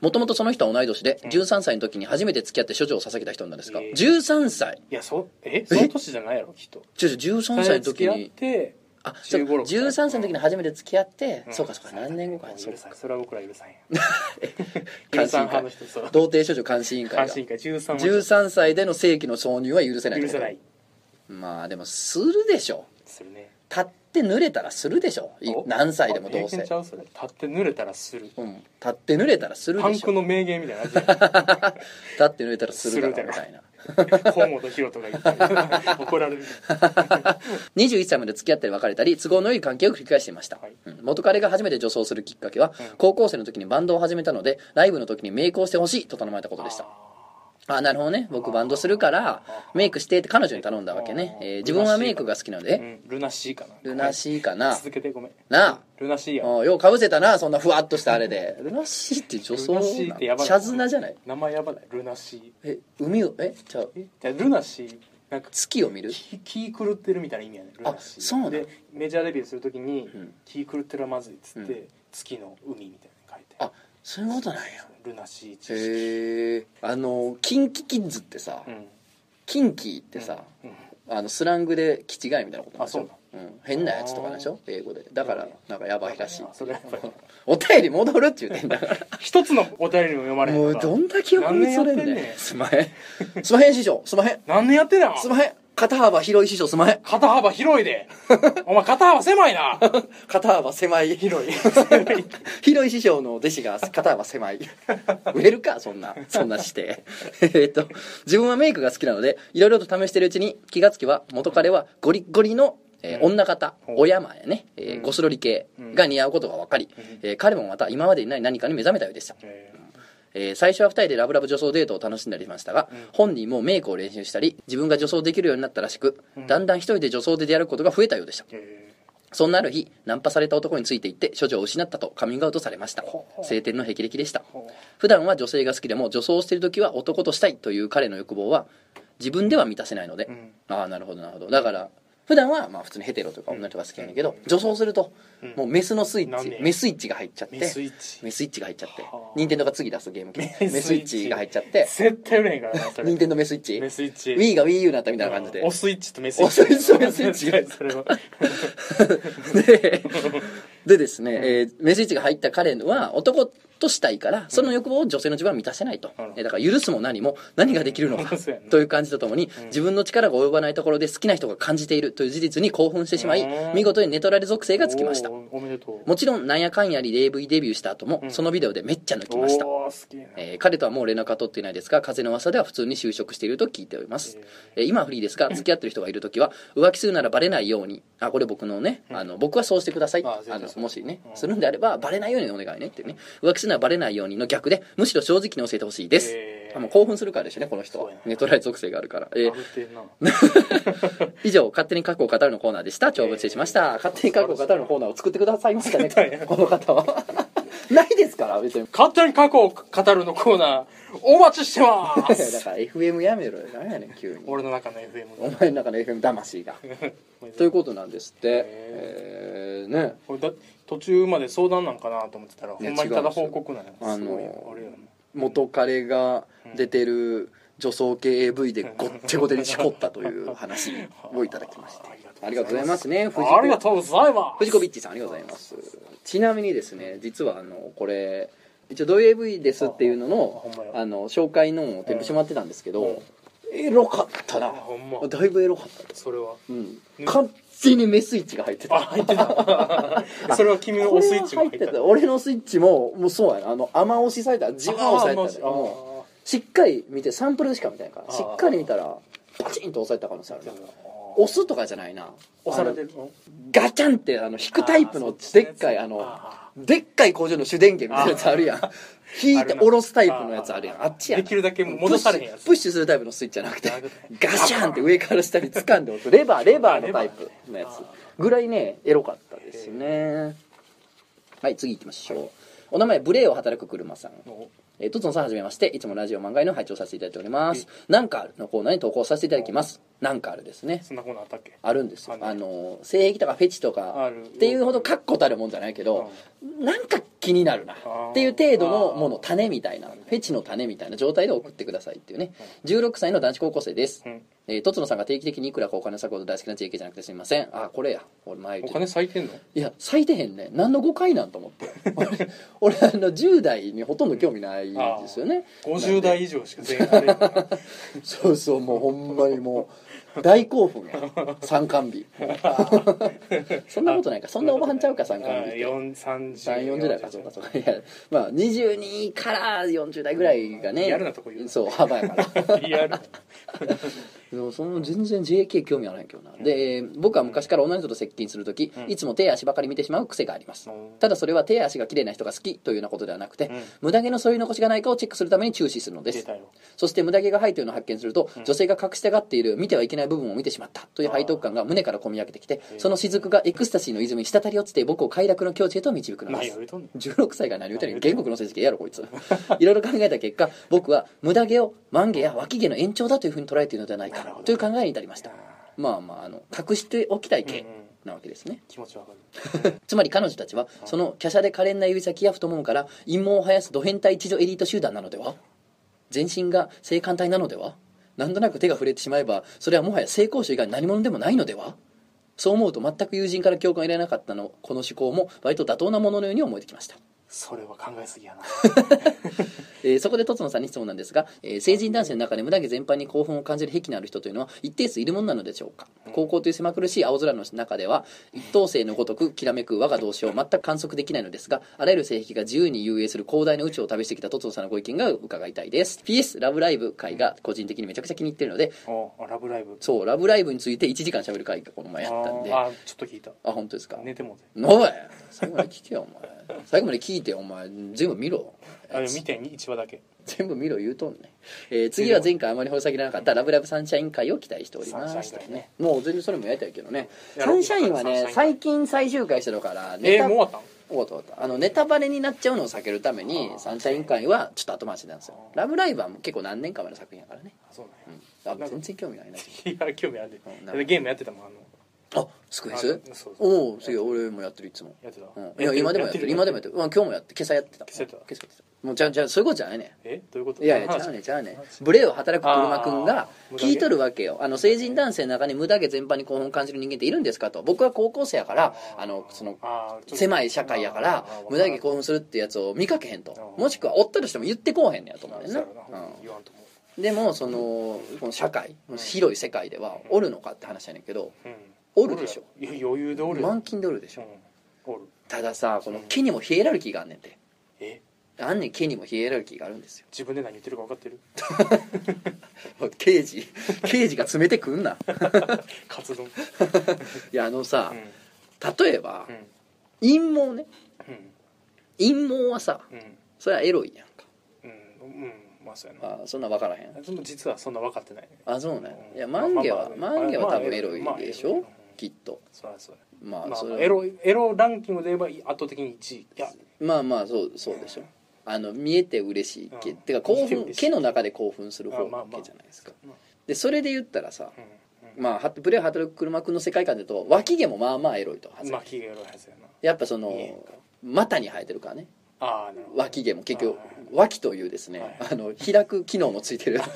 A: もともとその人は同い年で13歳の時に初めて付き合って処女を捧げた人なんですが
B: ええ
A: 13歳
B: いやそえその年じゃないやろきっと
A: ちょちょ13歳の時
B: 付き合っ
A: に
B: て
A: あそう
B: 15 16
A: 13歳の時に初めて付き合って、
B: ん
A: そうかそうか何年後か
B: もう
A: そう
B: 許
A: か
B: さんそれは僕ら許さんや
A: 監
B: 許
A: 視
B: さん
A: 委員
B: 派
A: 会
B: の人そう
A: 童貞処女監視委員会
B: 関
A: が
B: 心会13は
A: 13歳での正規の挿入は許せない
B: 許せない
A: まあでもするでしょ
B: するね
A: 立って濡れたらするでしょい
B: お
A: 何歳でもどう
B: あ名
A: せ
B: 言ちゃうそれ立って濡れたらする
A: うん、立って濡れたらする
B: パ
A: で
B: ン
A: し
B: ク
A: ょ
B: の名言みたいなやつや
A: 立って濡れたらするだろ
B: する
A: み
B: だろ
A: たいな
B: 河本大とか言ってる怒られる
A: 21歳まで付き合ったり別れたり都合のいい関係を繰り返していました、
B: はい
A: うん元彼が初めて女装するきっかけは、
B: うん
A: 高校生の時にバンドを始めたのでライブの時にメイクをしてほしいと頼まれたことでしたあなるほどね僕バンドするからメイクしてって彼女に頼んだわけね
B: あ、ー
A: えー自分はメイクが好きなの
B: う
A: で
B: んルナシーかな
A: えルナシーかな
B: 続けてごめん
A: な
B: ルナシー
A: あ
B: や
A: おうようかぶせたなそんなふわっとしたあれでルナシーって女装な
B: ルナシーってやばい
A: シャズナじゃない
B: 名前やばないルナシー
A: え海をえじゃあ
B: えじゃあルナシーなんか
A: 月を見る
B: 気気狂ってるみたいな意味やねルナシー
A: あそうなん
B: でメジャーデビューするときに、
A: ん
B: 気狂ってるはまずいっつって、
A: う
B: 月の海みたいなの書いて
A: あそういうことなんや
B: ルナシー知識
A: へえあのキンキキッズってさ、
B: うん
A: キンキーってさ、
B: うん
A: あのスラングで気違いみたいなことなんでしょう
B: あ、
A: ん、変なやつとかなんでしょ英語でだからなんかやばいらしい
B: あそれやっぱり
A: お便り戻るって言ってんだか
B: 一つのお便りも読ま
A: ら (laughs)
B: れ
A: も
B: へん
A: う
B: か
A: どんだけ横にそれん
B: 何年やってん
A: ね
B: ね
A: ん
B: ん
A: すまへんすまへん師匠すまへん
B: 何年やってんの
A: すまへん肩幅広い師匠すまへん
B: 肩幅広
A: (laughs)
B: いでお前肩幅狭いな
A: 肩幅狭い
B: 広い
A: (laughs) 広い師匠の弟子が肩幅狭い売れるかそんなそんなしてえっと自分はメイクが好きなのでいろいろと試してるうちに気がつきは元彼はゴリッゴリの、えー
B: うん
A: 女方
B: ほう
A: お山やね、えー
B: うん
A: ゴスロリ系が似合うことが分かり、えー彼もまた今までにない何かに目覚めたようでした、
B: え
A: えー最初は2人でラブラブ女装デートを楽しんだりしましたが、
B: うん
A: 本人もメイクを練習したり自分が女装できるようになったらしく、
B: うん
A: だんだん一人で女装で出歩くことが増えたようでした
B: え
A: そんなある日ナンパされた男についていって処女を失ったとカミングアウトされました
B: ほう
A: 晴天の霹靂でした
B: ーほ
A: 普段は女性が好きでも女装をしている時は男としたいという彼の欲望は自分では満たせないので、
B: ううん
A: ああなるほどなるほどだから普段はまあ普通にヘテロとか女とか好きなんだけど、女装すると
B: うん
A: もうメスのスイッ
B: なん
A: チ、
B: で
A: メスイッチが入っちゃって
B: メスイッチ
A: メスイッチが入っちゃって
B: はあ
A: 任天堂が次出すゲーム機メ
B: メスイッチ
A: スイッチが入っちゃって
B: 絶対売れへんからなそれ
A: 任天堂メスイッチ
B: メスイッチ
A: Wii が WiiU になったみたいな感じで
B: おスイッチとメスイッチ
A: おスイッチとメスイッチが
B: それは
A: で (laughs) でですね、えーメスイッチが入った彼は男としたいからその欲望を女性の自分は満たせないと、
B: うん
A: えーだから許すも何も何ができるのか
B: そうやな
A: という感じとともに、自分の力が及ばないところで好きな人が感じているという事実に興奮してしまい、
B: うん
A: 見事にネトラレ属性がつきました
B: おーおめでとう
A: もちろんなんやかんやり AV デビューした後も、
B: うん
A: そのビデオでめっちゃ抜きました、
B: おー好きやな
A: えー彼とはもう連絡は取っていないですが風の噂では普通に就職していると聞いております、えー今はフリーですが付き合ってる人がいる時は浮気するならバレないようにあこれ僕のねあの僕はそうしてください
B: あ
A: あ
B: 絶対
A: の
B: そう
A: もしね
B: うん
A: するんであればバレないようにお願いねってね浮気するならバレないようにの逆でむしろ正直に教えてほしいです、
B: えー
A: あもう興奮するからでしょうねこの人は
B: そうやな
A: ネトライ属性があるから、えー
B: あるてんな
A: (laughs) 以上勝手に過去を語るのコーナーでした長文失礼しました、勝手に過去を語るのコーナーを作ってくださいましたね
B: 作ったんや
A: この方は (laughs) ないですから別に
B: 勝手に過去を語るのコーナーお待ちしてま
A: (laughs) だか
B: す
A: ら FM やめろよ何やねん急に
B: 俺の中の FM
A: お
B: が
A: 前の中の FM 魂
B: (laughs)
A: がということなんですってえーね
B: 俺だ途中まで相談なんかなと思ってたらほ
A: や
B: んまにただ報告なんや
A: 違うん
B: す
A: ですよ
B: ごい
A: あのー
B: あれや
A: 元彼が出てる女装系 AV でごってごてにしこったという
B: (laughs)
A: 話をいただきましてありがとうございますね藤
B: なあり
A: 子
B: がとうございます
A: 藤子ビッチさんありがとうございますちなみにですね実はあのこれ一応どういう AV ですっていうのの
B: あほんまや
A: あの紹介のを添付してもらってたんですけ
B: う
A: どエロかった
B: あ
A: な
B: ほんま
A: だいぶエロかった
B: それは
A: うん
B: ね
A: 完全にメスイッチが入って
B: あ
A: た
B: 入っ
A: (laughs)
B: てたそれは君のおスイッチが入ってた
A: これは入俺のスイッチももうそうやなあの雨押しされた自分は押されたで
B: あー
A: もうしっかり見てサンプルしか見てないから
B: あー
A: しっかり見たらパチンと押された可能性あるな
B: あ
A: 押すとかじゃないな
B: 押されてるの
A: あのガチャンってあの引くタイプ
B: あ
A: の
B: ーそっちの
A: で
B: やつ
A: っかいあの
B: あ
A: でっかい工場の主電源みたいなやつあるやん引い
B: あ
A: て
B: るな
A: 下ろすタイプのやつあるやんあっちやん
B: できるだけ戻されへんやつ
A: プッシュプッシュするタイプのスイッチじゃなくて
B: なる
A: ガシャンって上から下に掴んで押すレバーレバーのタイプのや
B: あレバー
A: つ
B: ね
A: ぐらいねエロかったですねはい次行きましょうお名前ブレーを働く車さん
B: お
A: えー、とつのさんはじめましていつもラジオ漫画への拝聴させていただいております「なんかある」のコーナーに投稿させていただきます「なんかある」ですね
B: そんなコーナーあったっけ
A: あるんですよ
B: あ
A: あ
B: る
A: のー性癖とかフェチと
B: あ
A: か
B: る
A: っていうほど確固たるもんじゃないけどなんか気になるな
B: ー
A: っていう程度のもの種みたいなフェチの種みたいな状態で送ってくださいっていうね16歳の男子高校生です
B: うん
A: えーとつのさんが定期的にいくらかお金を割くこと大好きな JK じゃなくてすみませんあーこれや俺前
B: お
A: 言ってた
B: 金割いてんの
A: いや咲いてへんね何の誤解なんと思って
B: (laughs)
A: 俺俺あの10代にほとんど興味ないんですよね
B: 50代以上しか全員あれやから
A: そうそうもうほんまにもう大興奮や参観日 (laughs) そんなことないかそんなおばはんちゃうか参観日って3
B: 430
A: 4 0代かそうかそうかいやまあ22から40代ぐらいがね
B: リアルなとこ言うな
A: そう幅やから
B: リアル
A: でもその全然 JK 興味はないけどな、で僕は昔から女の人と接近する時、
B: うん
A: いつも手足ばかり見てしまう癖があります、
B: うん
A: ただそれは手足が綺麗な人が好きというようなことではなくて、
B: うん
A: 無駄毛の剃り残しがないかをチェックするために注視するので
B: 出
A: す
B: たよ
A: そして無駄毛が生えているのを発見すると、
B: ん
A: 女性が隠したがっている見てはいけない部分を見てしまったという背徳感が胸から込み上げてきてその雫がエクスタシーの泉に滴り落ちて僕を快楽の境地へと導くので
B: 何を
A: す
B: 言うとんねん
A: 16歳が何言うてんねん原告の成績ええやろこいつ (laughs) いろいろ考えた結果僕は無駄毛を万毛や脇毛の延長だというふうに捉えているのではない
B: なる
A: か
B: ほど
A: という考えに至りましたまあまああの隠しておきたい
B: うん
A: 毛
B: うん
A: なわけですね
B: 気持ちわかる
A: つまり彼女たちはその華奢で可憐な指先や太ももから陰謀を生やすド変態一女エリート集団なのでは全身が性感帯なのではなんとなく手が触れてしまえばそれはもはや性交渉以外何者でもないのではそう思うと全く友人から共感を得られなかったのこの思考も割と妥当なもののように思えてきました
B: それは考えすぎやな
A: えーそこでとつのさんに質問なんですが、えー成人男性の中で無駄毛全般に興奮を感じる癖のある人というのは一定数いるものなのでしょうか高校という狭苦しい青空の中では一等星のごとくきらめく我が同志を全く観測できないのですがあらゆる性癖が自由に遊泳する広大な宇宙を旅してきたとつのさんのご意見が伺いたいです PS ラブライブ会が個人的にめちゃくちゃ気に入ってるので
B: おあラブライブ
A: そうラブライブについて1時間しゃべる会がこの前やったんで
B: あ
A: あ
B: ーあちょっと聞いた
A: 本当ですか
B: 寝てもうて
A: おい最後まで聞けよお前最後まで聞いてお前全部見ろ
B: あれ見て一話だけ
A: 全部見ろ言うとんねん、えー次は前回あまり掘り下げられなかった「ラブライブサンシャイン」会を期待しておりま
B: サン
A: し
B: シ
A: た
B: ャイン
A: ね
B: 会ね
A: もう全然それもやりたいけどね
B: や
A: サ
B: ろう
A: ンシャインは
B: サンシャ
A: ね
B: イン
A: 最近最終回してるから
B: え
A: ネ
B: ー、
A: タ、
B: もう終わったん
A: 終わった終わったあのネタバレになっちゃうのを避けるために
B: あー
A: サンシャイン会はちょっと後回しなんですよ「ラブライブ!」はもう結構何年か前の作品やからね、
B: あそうなんや
A: うん、あ全然興味ないな
B: いや (laughs) 興味ある
A: うん
B: で、でゲームやってたもんあの
A: あスクエス
B: あそうそう
A: おおすげえ俺もやってるいつも
B: やってた、
A: うん、いや今でもやってる今でもやってる、うん、今日もやって今朝やってた
B: 今朝やってた
A: 今朝やってたもうじゃあじゃあそういうことじゃないねん
B: えどういうこと
A: いやいや
B: 話
A: ちゃうねちゃうねブレを働く車くんが
B: あー
A: 聞いとるわけよあの成人男性の中に無駄毛全般に興奮を感じる人間っているんですかと僕は高校生やからあのその
B: あーちょっと
A: 狭い社会やから
B: あーわ
A: 無
B: ら
A: 駄毛興奮するってやつを見かけへん
B: あ
A: と
B: ー
A: もしくはおったとしても言ってこうへんねやと思うねん
B: そう
A: な、
B: やろな言わんと思う
A: うん、でもそのこの社会広い世界ではおるのかって話やねんけど
B: うん
A: おるでしょ
B: おるやろいや余裕でおるやろ
A: 満勤でおるでし
B: う
A: ょ
B: んおる
A: たださこの木にもヒエラルキーがあんねんて
B: え
A: あんねん木にもヒエラルキーがあるんですよ (laughs)
B: 自分で何言ってるか分かってる
A: 刑事刑事が詰めてくんな
B: カツ丼
A: いやあのさ
B: うん
A: 例えば
B: うん
A: 陰謀ね
B: うん
A: 陰謀はさ
B: うん
A: それはエロいやんか
B: うんうんまあそうやな
A: あそんなん分からへん
B: でも実はそんな分かってない
A: あそうね
B: うん
A: いや万華は
B: まあまあ
A: 万華は多分
B: まあ
A: エロいでし
B: まあ
A: ょ
B: まあ
A: きっと
B: そうやそうや
A: まあ
B: まあ
A: そ
B: まあ
A: れ
B: エロエロランキングで言えば圧倒的に1位いや
A: まあまあそうそうでしょ
B: うん
A: あの見えて嬉しい毛
B: うん
A: てか興
B: 見て
A: 奮
B: 嬉しい
A: 毛の中で興奮する方
B: あまあ
A: の
B: まあ
A: 毛じゃないですか
B: うん
A: でそれで言ったらさ
B: うん
A: まあはプレイハトル車くんの世界観だと脇毛もまあまあエロいとはず
B: まあ気がエロいはずやな
A: やっぱそ
B: 見えん
A: の
B: か
A: 股に生えてるからね
B: ああなるほど
A: 脇毛も結局
B: はいはい
A: 脇というですね、
B: はい
A: あの開く機能のついて
B: (laughs)
A: るあ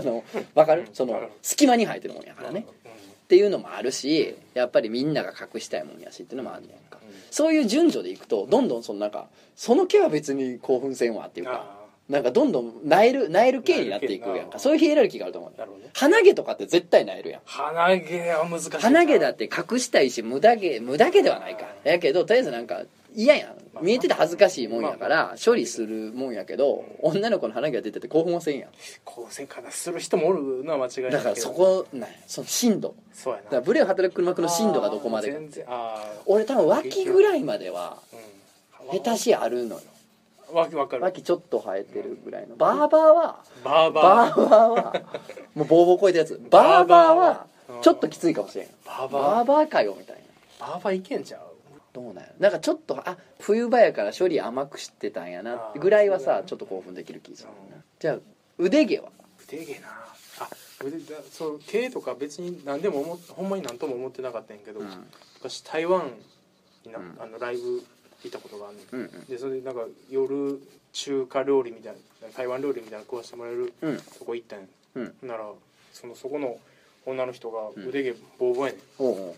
A: のわかる
B: うん
A: そ
B: わか
A: の
B: る
A: 隙間に生えてるもんやからねっ
B: う
A: ていうのもあるしやっぱりみんなが隠したいもんやしっていうのもあるねんか
B: んうん
A: そういう順序でいくとどんどんそのなんかその毛は別に興奮せんわっていうか
B: あ
A: なんかどんどんなえるなえる毛になっていく
B: なえ
A: や
B: る
A: ん
B: 毛
A: かそういうヒエラルキーがあると思う
B: あなるほどね
A: 鼻毛とかって絶対なえるやん
B: 鼻毛は難しいな
A: 鼻毛だって隠したいし無駄毛無駄毛ではないかやけどとりあえずなんか嫌や
B: まあ
A: ん見えてて恥ずかしいもんやから処理するもんやけど女の子の鼻毛が出てて興奮はせんやん
B: 高専かなする人もおるのは間違いないけど
A: だからそこなんやその深度
B: そうやな
A: だからブレを働く車の深度がどこまで
B: あ
A: か
B: ー全然あ
A: 俺多分脇ぐらいまでは
B: あ、うん、
A: 下手しあるのよ
B: わわかる
A: 脇ちょっと生えてるぐらいのバーバーは
B: バーバー
A: バーバーはもうボーボー超えたやつバーバーはちょっときついかもしれん
B: バーバ
A: バ
B: ー
A: ーバーかよみたいな
B: バーバーいけんちゃう
A: どうなんやろなんかちょっとあ冬場やから処理甘くしてたんやなってぐらいは
B: あ
A: さ
B: ー
A: ちょっと興奮できる気するな、
B: うん
A: じゃあ腕毛は
B: 腕毛なあ腕だそう毛とか別に何でも思っほんまに何とも思ってなかったんやけど、
A: うん
B: 昔台湾にな、
A: うん
B: あのライブ行ったことがあんねん、
A: うん
B: でそれでなんか夜中華料理みたいな台湾料理みたいなの食わしてもらえる
A: うん
B: とこ行ったんや
A: うん
B: ならそのそこの女の人が腕毛ボーボーやねん、
A: おうおう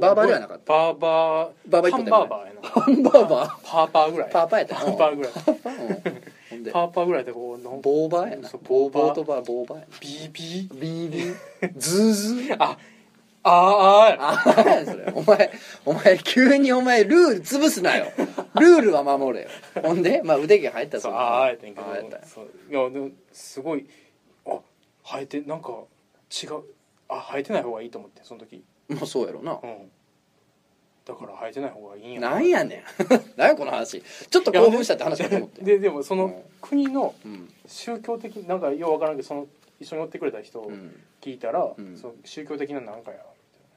A: バーバーではなかった
B: バーバー
A: バーバー
B: ハ
A: 行っ
B: ン
A: てた
B: バ
A: よね
B: ーバーやな
A: ハンバーバ
B: パーパーぐら
A: (laughs)
B: い
A: ーパーパーやった
B: パーパーぐらい
A: パーうんほんで
B: パーパーぐらいでこうの
A: ボーバーやな
B: そう
A: ボ
B: ボ
A: ーボー
B: ーバー
A: とバーボーバーやな
B: ビービー
A: ビービー (laughs) ズーズー
B: ああーあ
A: ああやそれお前お前急にお前ルール潰すなよルールは守れよほんでまあ腕毛入ったら
B: ー
A: そ
B: そううあーあーやったんやけど
A: あーやったんや
B: そういやでもすごいあ生えてなんか違うあ生えてない方がいいと思ってその時
A: もうそうやろな
B: うんだから生えてない方がいいんや
A: なんやねんなん (laughs) やこの話ちょっと興奮したって話かと思って
B: (laughs) ででもそ
A: うん
B: の国の
A: うん
B: 宗教的なんかようわからんけどその一緒に乗ってくれた人
A: うん
B: 聞いたら、
A: うん
B: その宗教的ななんかや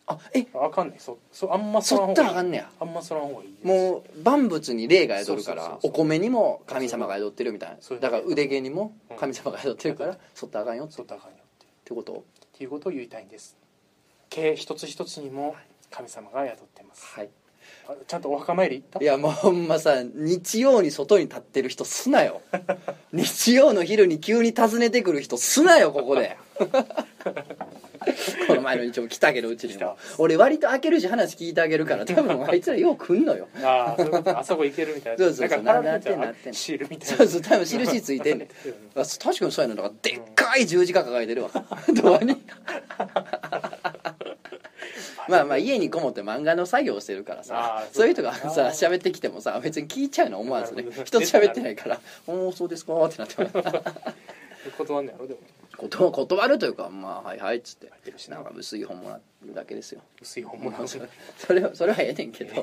A: あえ
B: あかんねんそそあんまそら
A: そ
B: ん方
A: ったらあ
B: がいい
A: かんねや
B: あんまそらん方がいいです
A: もう万物に霊が宿るか
B: そう
A: ら
B: そうそ
A: お
B: うそう
A: 米にも神様が宿ってるみたい
B: そう
A: な
B: いう
A: だから腕毛にも
B: うん
A: 神様が宿ってるからそったらあかんよって
B: そうだからよって
A: ってこと
B: っていうことを言いたいんです毛一つ一つにも神様が宿ってます、
A: はい
B: あちゃんとお墓参り行った
A: いやもうほんまさ日曜に外に立ってる人すな
B: (laughs)
A: よ日曜の昼に急に訪ねてくる人すなよここ
B: (laughs)
A: でこの前の日曜も来たけどうちに
B: 来た
A: も俺割と開けるし話聞いてあげるから多分あいつらよう来んのよ
B: ああそういうことあそこ行けるみたい
A: そ
B: な
A: うそうそう
B: なんかパラレル
A: な
B: な
A: ってんなってん
B: シールみたい
A: そ
B: な
A: うそう多分印ついてんねんあ確かにそうやなだからでっかい十字架抱えてるわ (laughs) ドアにまあまあ家にこもって漫画の作業をしてるから
B: あ
A: さ
B: ー
A: そういう人
B: そう
A: が
B: だ
A: さ喋ってきてもさ別に聞いちゃうの思わずね
B: なるほど
A: (laughs) 人と喋ってないから「おおそうですか」ってなってます
B: 断んねやろでも
A: 断断るというかまあはいはいっつって
B: てるしな
A: なんか薄い本もらうだけですよ
B: 薄い本もら
A: (laughs)
B: う
A: それはそれはええねんけど、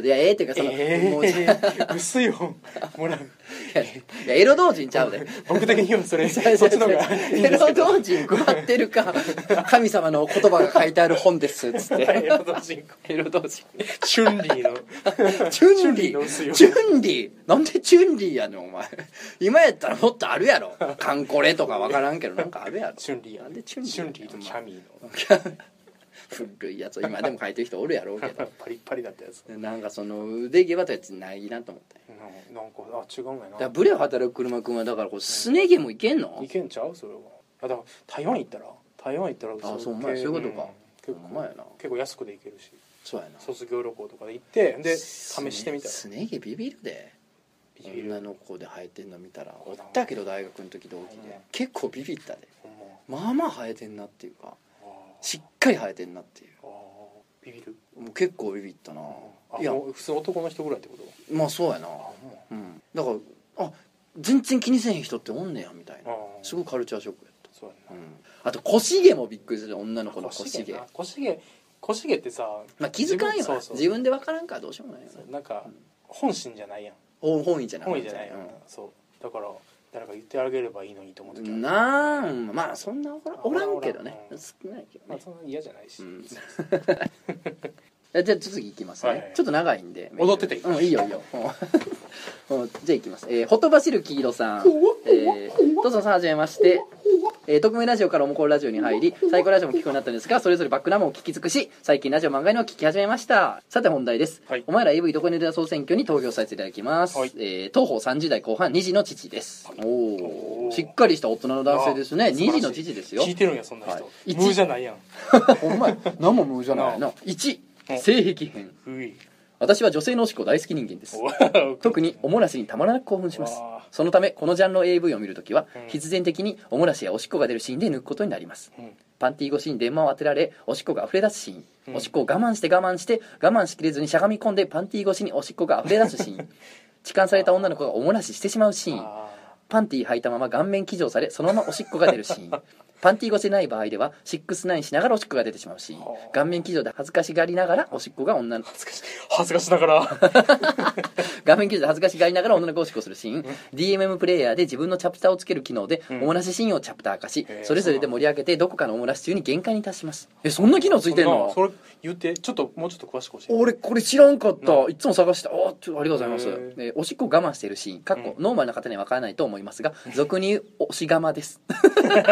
A: いやええっていうかその、
B: え
A: もういや
B: え薄い本もらう
A: いやエロ同人ちゃうで
B: 僕的にはそ
A: (laughs)
B: れそっちの方がいいん
A: エ
B: です
A: ロ
B: けど (laughs)
A: 同人配ってるか神様の言葉が書いてある本ですっつっ
B: はいエ
A: て
B: ロ同人
A: エロ同人
B: チュンリーの
A: チュンリ
B: チュンリーの薄い
A: ー
B: よ
A: チュンリーなんでチュンリーやねんお前今やったらもっとあるやろカンコレとかわからんけどなんかあるやろ
B: チュンリーや
A: なんでチュンリー
B: チュンリーとキャミーの
A: 古いやつ今でも書いてる人おるやろうけど
B: パリッパリだったやつ
A: なんかその腕毛羽たやつないなと思って
B: ななんかあ違うんや
A: だから
B: な
A: ブレを働く車くんはだからこうすね毛もいけんの
B: いけんちゃうそれはあだから台湾行ったら台湾行ったら
A: あそうお前そういうことか
B: 結
A: ほんま
B: 構
A: やな
B: 結構安くで行けるし
A: そうやな
B: 卒業旅行とかで行ってで試してみたら
A: すねすね毛ビビるで
B: ビビる
A: 女の子で生えてんの見たらおったけど大学の時同期
B: うん
A: で結構ビビったで
B: ほんま
A: まあまあ生えてんなっていうか
B: あー
A: しっかり生えてんなってい
B: あービビる
A: うもう結構ビビったな
B: あ
A: いや
B: もう普通男の人ぐらいってこと
A: まあそうやな
B: あほんま
A: うんだからあ全然気にせん人っておんねやみたいな
B: あー
A: すごいカルチャーショックやった
B: そう
A: う
B: や
A: んあと腰毛もびっくりする女の子
B: な
A: の腰毛
B: な腰毛腰毛ってさ
A: まあ気づかんよ
B: 自分
A: な
B: そうそう
A: 自分で分からんからどうしようもないよな
B: そうなんか本心じゃないやん
A: 本本意じゃない
B: 本意じゃないやん、
A: うん
B: そうだから誰か言ってあげればいいのにと思ってた
A: なあまあそんなおらおらんけどね
B: おらんおらん
A: 少ないけど
B: まあ
A: ね
B: そんな嫌じゃない
A: う
B: し、
A: ん
B: そう
A: (laughs) えじゃあ次いきますね、
B: はいはい
A: ちょっと長いんで
B: 踊ってていい
A: うん、いいよいいようん (laughs) うんじゃあいきます、えー、ほとばしる黄色さんえー、トソンさんはじめましてえー、特命ラジオからおもころラジオに入りサイコラジオも聞くようになったんですがそれぞれバックナンバーも聞き尽くし最近ラジオ漫画のを聞き始めましたさて本題です、
B: はい
A: お前ら AV どこに出た総選挙に投票させていただきます、
B: はい
A: えー東方30代後半2児の父ですお
B: お
A: お
B: ー
A: しっかりした大人の男性ですね
B: あ素晴
A: 2
B: らしい
A: 児の父ですよ
B: 聞いてるんやそんな人、
A: は
B: はいい、
A: 一
B: 無じゃないやん
A: (laughs) お前何も無じゃないな1
B: うん
A: 性癖編 (laughs)
B: うい
A: 私は女性のおしっこ大好き人間です
B: お
A: 特におもらしにたまらなく興奮します
B: うわ
A: そのためこのジャンルの AV を見るときは
B: うん
A: 必然的におもらしやおしっこが出るシーンで抜くことになります
B: うん
A: パンティー越しに電話を当てられおしっこが溢れ出すシーン、
B: うん
A: おしっこを我慢して我慢して我慢しきれずにしゃがみ込んでパンティー越しにおしっこが溢れ出すシ
B: (laughs)
A: ーン痴漢された女の子がおもらししてしまうシーン
B: あ
A: パンティー履いたまま顔面騎乗されそのままおしっこが出るシ
B: (laughs)
A: ーンパンティー越しでない場合ではシックスナインしながらおしっこが出てしまうシーン
B: はあ
A: 顔面騎乗で恥ずかしがりながらおしっこが女の
B: ー恥ずかしい恥ずかしながら
A: 画面記事で恥ずかしがりながら女の子をおしっこするシーン DMM プレイヤーで自分のチャプターをつける機能でお
B: ん
A: もらしシーンをチャプター化し
B: へえ
A: それぞれで盛り上げてどこかのおもらし中に限界に達しますえそんな機能ついてんの
B: (laughs) そんなそれ言ってちょっともうちょっと詳しく教えて
A: 俺これ知らんかった
B: ない
A: つも探してたあちょっとありがとうございます
B: へ
A: えーおしっこを我慢しているシーンかっこノーマルな方には分からないと思いますが俗に言うおしがまです (laughs)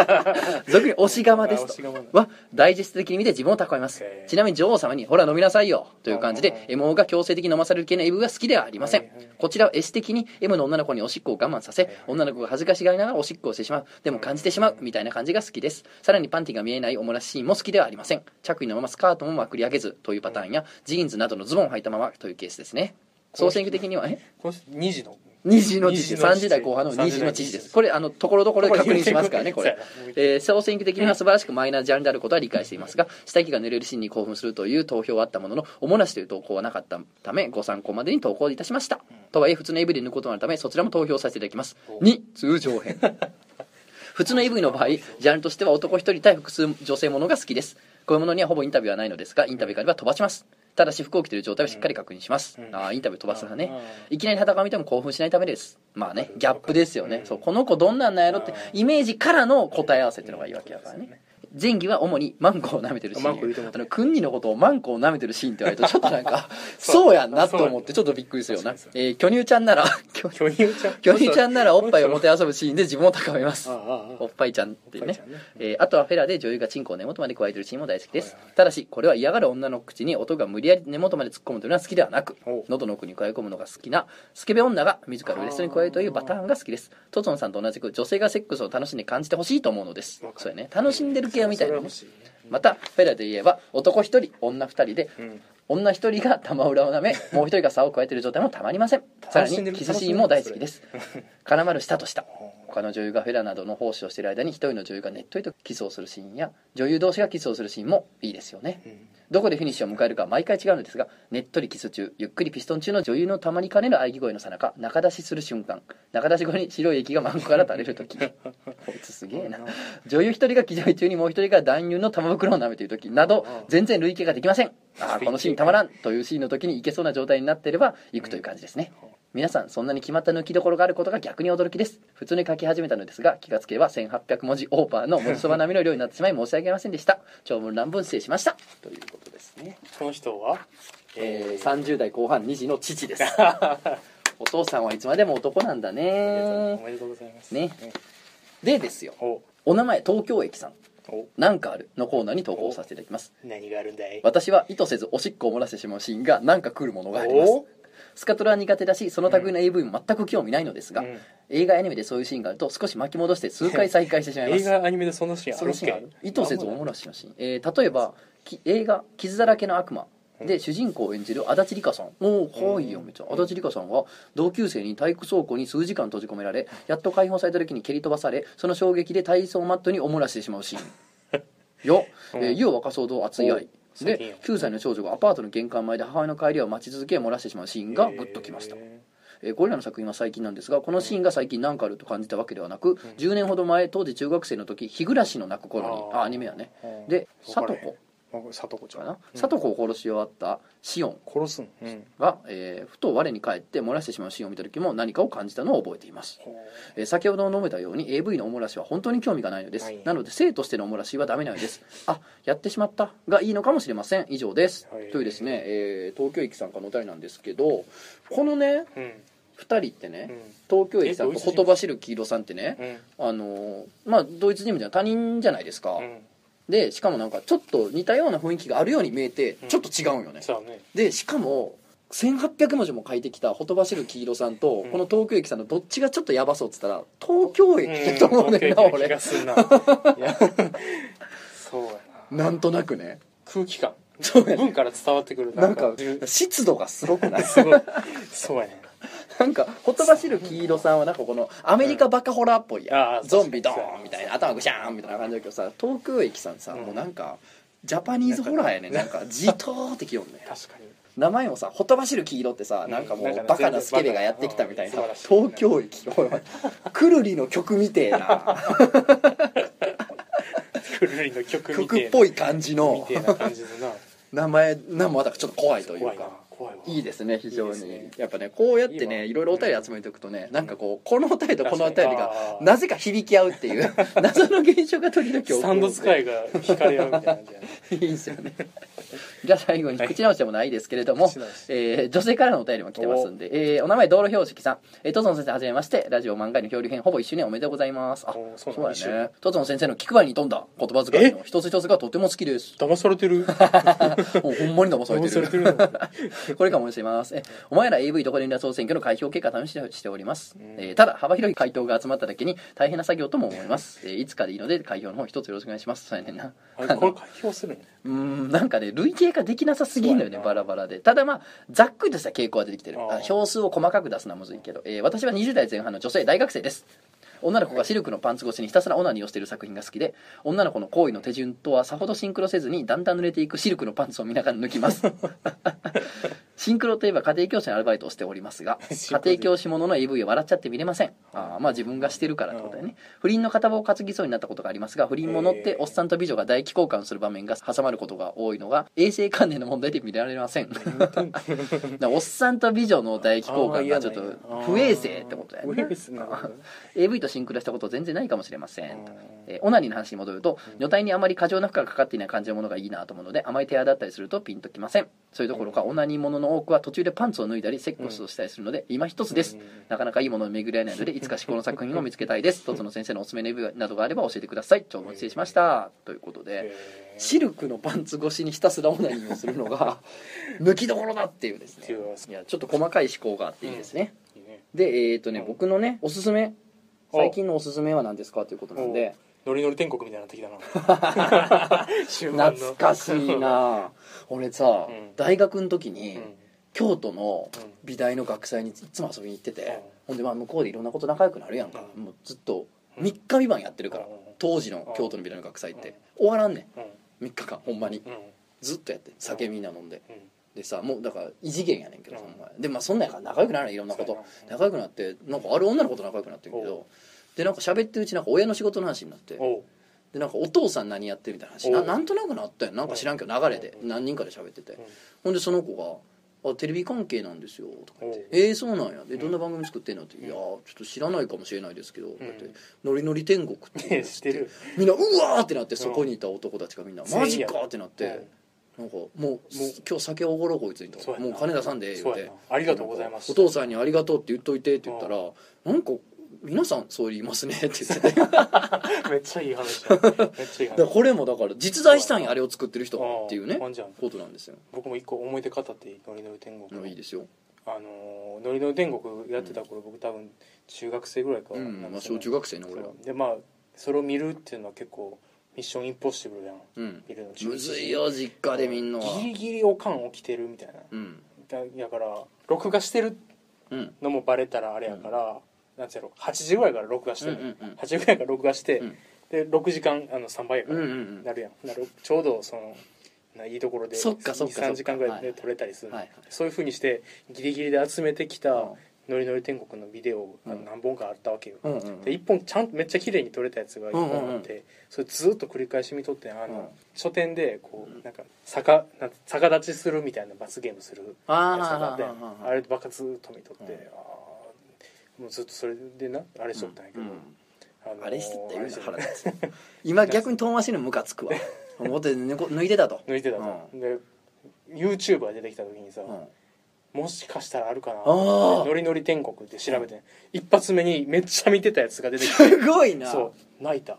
A: 俗におしがまです
B: あおしがまなん
A: とはダイジェスト的に見て自分を蓄えます
B: へえ
A: ちなみに女王様に「ほら飲みなさいよ」という感じ
B: うんうん
A: で M が強制的に飲まされる系の AV は好きではありません
B: はいはい
A: こちらは絵師的に M の女の子におしっこを我慢させ女の子が恥ずかしがりながらおしっこをしてしまうでも感じてしまうみたいな感じが好きですさらにパンティが見えないおもらしシーンも好きではありません着衣のままスカートもまくり上げずというパターンやジーンズなどのズボンを履いたままというケースですね総選挙的にはえ
B: この人2時の
A: 2時の知事
B: 二児の
A: 3
B: 知事
A: 時代後半の2時の知事で
B: 三時の知
A: す
B: 事
A: これあのところどころで確認しますからねこ
B: これ
A: れ、えー総選挙的には素晴らしくマイナージャンルであることは理解していますが下着が濡れるシーンに興奮するという投票はあったもののおもなしという投稿はなかったためご参考までに投稿いたしましたとはいえ普通の AV で抜くことになるためそちらも投票させていただきます
B: お
A: 2通常編普通の AV の場合ジャンルとしては男1人対複数女性ものが好きですこういうものにはほぼインタビューはないのですがインタビューがあれば飛ばしますただし服を着ている状態をしっかり確認します、
B: うん
A: ああインタビュー飛ばす派ね、
B: う
A: いきなり裸を見ても興奮しないためですまあねギャップですよね、
B: うん
A: そうこの子どんなんなんやろって
B: うん
A: イメージからの答え合わせっていうのがいいわけだから
B: うんそうで
A: ね前儀は主にマンコを舐めてるシー
B: マンコ言うても
A: ン
B: う
A: あ
B: た
A: のクンニのことをマンコを舐めてるシーンって言われるとちょっとなん (laughs) かそうやんなと思ってちょっとびっくりするよな
B: 確か、
A: えー巨乳ちゃん (laughs) なら巨
B: 巨乳ちゃん
A: 巨乳ちゃんならおっぱいをも
B: て
A: て遊ぶシーンで自分を高めます
B: あああ
A: おっぱいちゃんっていう
B: おっぱい
A: ね
B: ちゃんね
A: えーあとはフェラで女優がチンコを根元まで加えてるシーンも大好きです
B: はいは
A: ただしこれは嫌がる女の口に音が無理やり根元まで突っ込むというのは好きではなく
B: お
A: 喉の奥に加え込むのが好きなスケベ女が自らウレストに加えるというパターンが好きですトツノさんと同じく女性がセックスを楽しんで感じてほしいと思うのです
B: わかる
A: そうやね楽しんでる系みたいな、ね、
B: それは欲しいね
A: またフェラで言えば男一人女二人で、
B: ん
A: 女一人が玉裏を舐めもう一人が竿を加えている状態もたまりませんさら
B: 楽しん
A: に
B: でる
A: キスシーンも大好きです絡まるしたとした他の女優がフェラなどの奉仕をしている間に一人の女優がねっとりとキスをするシーンや女優同士がキスをするシーンもいいですよね
B: うん
A: どこでフィニッシュを迎えるかは毎回違うのですがねっとりキス中ゆっくりピストン中の女優のたまにかねる喘ぎ声のさなか中出しする瞬間中出し後に白い液がマンコから垂れる時こいつすげえな女優一人が気丈中にもう一人が男優の玉袋を舐めている時など
B: うん
A: 全然類型ができませんあーこのシーンたまらんというシーンの時にいけそうな状態になっていればいくという感じですね
B: うん
A: 皆さんそんなに決まった抜きどころがあることが逆に驚きです普通に書き始めたのですが気がつけば1800文字オーバーの文字そば並みの量になってしまい申し訳ありませんでした長文乱文失礼しましたということですね、
B: この人は
A: えー、
B: さ
A: 30代後半2児の父
B: (laughs)
A: ですお父さんはいつまでも男なんだ
B: お
A: ね
B: めでとうございます
A: ねでですよ
B: お
A: お名前東京駅さん
B: お
A: なんかあるのコーナーに投稿させていただきます
B: 何があるんだい
A: 私は意図せずおしっこを漏らしてしまうシーンがなんか来るものがありますスカトラは苦手だしその類の AV も全く興味ないのですが、
B: うん
A: 映画やアニメでそういうシーンがあると少し巻き戻して数回再開してしまいます
B: 映画アニメでそんなシーンあ
A: そ
B: る
A: の
B: っ
A: シーンあ
B: け
A: る意図せずおもろしのシーン、えー例えばき映画「傷だらけの悪魔」で主人公を演じる足立梨花さんおおかわいいよめっちゃ足立梨花さんは同級生に体育倉庫に数時間閉じ込められやっと解放された時に蹴り飛ばされその衝撃で体操マットにおもらしてしまうシーンよ、えー
B: うん
A: 湯を沸かそうと熱い愛
B: お最近
A: で
B: や
A: 9歳の少女がアパートの玄関前で母親の帰りを待ち続け漏らしてしまうシーンがグッときました、
B: え
A: えーこれらの作品は最近なんですがこのシーンが最近何かあると感じたわけではなく、10年ほど前当時中学生の時日暮らしの泣く頃に
B: あー
A: あアニメやね
B: うん
A: で
B: わか
A: 里
B: らへん
A: 子
B: ーさとこちゃ
A: か
B: ん
A: な、
B: うん
A: 里子を殺し終わったシオン
B: 殺すんうん
A: が、えーふと我に返って漏らしてしまうシーンを見た時も何かを感じたのを覚えています、えー先ほど述べたように AV のおもらしは本当に興味がないのです、
B: はい
A: なので性としてのおもらしはダメなのですあやってしまったがいいのかもしれません以上です、
B: はい
A: というですね、えー東京駅さんからのお便りなんですけどこのね
B: うん
A: 2人ってね、
B: うん
A: 東京駅さん
B: え
A: と
B: ドイツ人
A: 言葉知る黄色さんってね、
B: うん
A: あのまあドイツ人じゃない他人じゃないですか、
B: うん
A: でしかもなんかちょっと似たような雰囲気があるように見えて
B: うん
A: ちょっと違うんよね、
B: そうね
A: でしかも1800文字も書いてきたほとばしる黄色さんと、
B: うん
A: この東京駅さんのどっちがちょっとやばそうっつったら東京駅だと思うねんな、
B: うん東京行った気
A: 俺
B: が
A: (laughs)
B: するないやそうやな
A: なんとなくね
B: 空気感
A: そうやね
B: 文から伝わってくる
A: なんか
B: うん
A: 湿度がすごくない
B: すごいそうやね
A: なんかほとばしる黄色さんはなんかこのアメリカバカホラーっぽい
B: うん
A: や
B: あ、ー
A: ゾンビドーンみたいな頭グシャーンみたいな感じだけどさ東京駅さんさ、
B: うん
A: もうなんかジャパニーズホラーやねなんかじとーってきよんね
B: 確かに
A: 名前もさほとばしる黄色ってさ
B: うん
A: なんかも
B: なんか
A: う
B: ね
A: バカなスケベがやってきたみ
B: (laughs)
A: たいな
B: 全然バカなうん
A: 東京駅おいくるりの曲みてえな
B: くるりの曲み
A: 曲
B: てえ
A: っ
B: な
A: ぽい感じ
B: み
A: の
B: てえな感じでな
A: 名前なんもまだちょっと怖いという
B: 怖いな
A: か。
B: 怖いわ
A: いいですね非常に
B: いいですね
A: やっぱねこうやってね
B: いいわ
A: いろいろお便り集めておくとね、なんかこうこのお便りとこのお便り
B: 確か
A: が
B: に
A: なぜか響き合うっていう
B: (laughs)
A: 謎の現象が時々起こる
B: スタンド使いが惹かれ合うみたいな感じやね
A: いいですよねじゃあ最後に口直しでもないですけれども、
B: 口直し
A: えー女性からのお便りも来てますんで、えーお名前道路標識さん、えー、トゾン先生はじめましてラジオ漫画の漂流編ほぼ一緒におめでとうございますあ
B: おー
A: そ
B: そううなんだ
A: だねトゾン先生の気配りに富んだ言葉遣いの一つ一つがとても好き
B: (laughs)
A: です
B: 騙されてる
A: もうほんまに騙され
B: 騙
A: て
B: さ
A: る
B: れてるな
A: (laughs) これかもしれません。お前ら AV どこで連絡総選挙の開票結果試してしております、えーただ幅広い回答が集まっただけに大変な作業とも思います。えーいつかでいいので開票の方一つよろしくお願いします。そうやねんな。
B: あれこれ開票するの
A: うーんなんかね類型化できなさすぎるのよね
B: そうや
A: バ
B: な
A: ラバラでただまあざっくりとした傾向は出てきてる
B: あー
A: あ票数を細かく出すのはむずいけど、えー私は20代前半の女性大学生です女の子がシルクのパンツ越しにひたすらオナニーをしている作品が好きで女の子の行為の手順とはさほどシンクロせずにだんだん濡れていくシルクのパンツを見ながら抜きます
B: (laughs)
A: シンクロといえば家庭教師のアルバイトをしております
B: (laughs)
A: が
B: シン
A: 家
B: クロ
A: 庭教師ものの AV は笑っちゃって見れませんあーまあ自分がしてるからってことだよね不倫の片棒を担ぎそうになったことがありますが不倫ものって
B: へー
A: おっさんと美女が唾液交換する場面が挟まることが多いのが衛生観念の問題で見られません (laughs) だからおっさんと美女の唾液交換がちょっと不衛生ってことだよ
B: 不衛
A: ね
B: 生なるほどね
A: AV とシンクロしたこと全然ないかもしれません
B: うん
A: えーオナニーの話に戻ると女体にあまり過剰な負荷がかかっていない感じのものがいいなと思うのであまり手当だったりするとピンときませんそういうどころかオナニーものの多くは途中でパンツを脱いだりセックスをしたりするので今一つです
B: うん
A: なかなかいいものに巡り合えないの
B: (laughs)
A: でいつかしこの作品を見つけたいですとつの先生のおすすめの AV などがあれば教えてください長文失礼しましたということで
B: えー
A: シルクのパンツ越しにひたすらオナニーをするの
B: (laughs)
A: が抜きどころだっていうです
B: ってい
A: ね
B: う
A: いやちょっと細かい思考があっていいですね、
B: いいね
A: でえっ、とね
B: うん
A: 僕のねおすすめ
B: お
A: 最近のおすすめは何ですかということなんで
B: ノリノリ天国みたいになってきたな終盤の
A: 懐かしい
B: (laughs)
A: な俺さ、
B: うん
A: 大学の時
B: う
A: に、
B: ん
A: 京都の
B: うん
A: 美大の学祭にいつも遊びに行ってて、ほんでまあ向こうでいろんなこと仲良くなるやんか、
B: う
A: もうずっと
B: うん
A: 3日未満やってるから、
B: うん
A: 当時の京都のビラの学祭って、終わらんねん3日間ほんまに
B: うん
A: ずっとやって酒みんな飲んで
B: うん
A: でさもうだから異次元やねんけど、
B: うん
A: ほんまにでまあそんなんやから仲良くなるいろんなこ
B: そ
A: と
B: うやな
A: 仲良くなってなんかある女の子と仲良くなってるけ
B: お
A: どでなんか喋ってるうちなんか親の仕事の話になって
B: おう
A: でなんかお父さん何やってるみたいな話
B: おう
A: ななんとなくなったやんなんか知らんけど流れで
B: おう
A: 何人かで喋ってて
B: うん
A: ほんでその子が「あテレビ関係なんですよ」とか言って
B: おう
A: 「えー、そうなんや」で「どんな番組作ってんの?」って「
B: ん
A: いやーちょっと知らないかもしれないですけど」だっ
B: う
A: て
B: ん
A: 「ノリノリ天国」っていうのを
B: ね (laughs) 知ってる
A: みんな「うわ!」ってなってそこにいた男たちがみんな「
B: 全員や
A: マジか!」ってなってなんかもうもう今日酒おごろうこいつにと
B: そうやな
A: もう金出さんで言
B: そううや
A: て
B: なありがとうございます
A: お父さんに「ありがとう」って言っといてって言ったらなんか皆さんそう言いますねって言っててだか
B: めっちゃいい話やめっちゃいい話
A: ら (laughs) これもだから実在したんやあれを作ってる人
B: ああ
A: っていうね
B: ほんじゃん
A: ことなんですよ
B: 僕も一個思い出語っていいノリノリ天
A: もう
B: 国
A: いいですよ
B: あのーノリノリ天国やってた頃僕多分中学生ぐらいか
A: う
B: なんか
A: まあ
B: そ
A: 小
B: の
A: 中学生ね俺は
B: そうでまあそれを見るっていうのは結構ミッションインポッシブルやん
A: うん
B: 見るの中
A: むずいよ実家でみんなは
B: ギリギリおかん起きてるみたいな
A: うん
B: だだから録画してる
A: うん
B: のもバレたらあれやから、なんつうやろ8時ぐらいから録画してる、
A: うんうんうん
B: 8時ぐらいから録画して、
A: うん
B: で6時間あの3倍やか
A: う
B: ら、
A: んうん
B: なるやんなるちょうどそのないいところで
A: そっかそっかそっか
B: 23時間ぐらい
A: はいは
B: で
A: い
B: 撮れたりする、
A: はいはい
B: そういうふうにしてギリギリで集めてきた
A: うん
B: 「ノリノリ天国」のビデオあの
A: うん
B: 何本かあったわけよ、
A: うんうんうん
B: で1本ちゃんとめっちゃ綺麗に撮れたやつが1本あって、
A: う
B: それずっと繰り返し見とってあの、
A: うん
B: 書店でこうなんか逆なんて逆立ちするみたいな罰ゲームする
A: ああ
B: やつとかあって
A: はいはいはいはい
B: あればっかずっと見とって、
A: うん
B: あーもうずっとそれでなあれしとったんやけど、
A: うん
B: あのー
A: あれしてって言う
B: あれし
A: な
B: とった
A: 腹立つ今逆に遠回しのムカつくわ表で抜いてたと
B: 抜いてたと、で YouTuber が出てきた時にさ、
A: うん
B: もしかしたらあるかな
A: あー
B: ノリノリ天国って調べて、一発目にめっちゃ見てたやつが出てきて
A: すごいな
B: そう泣いた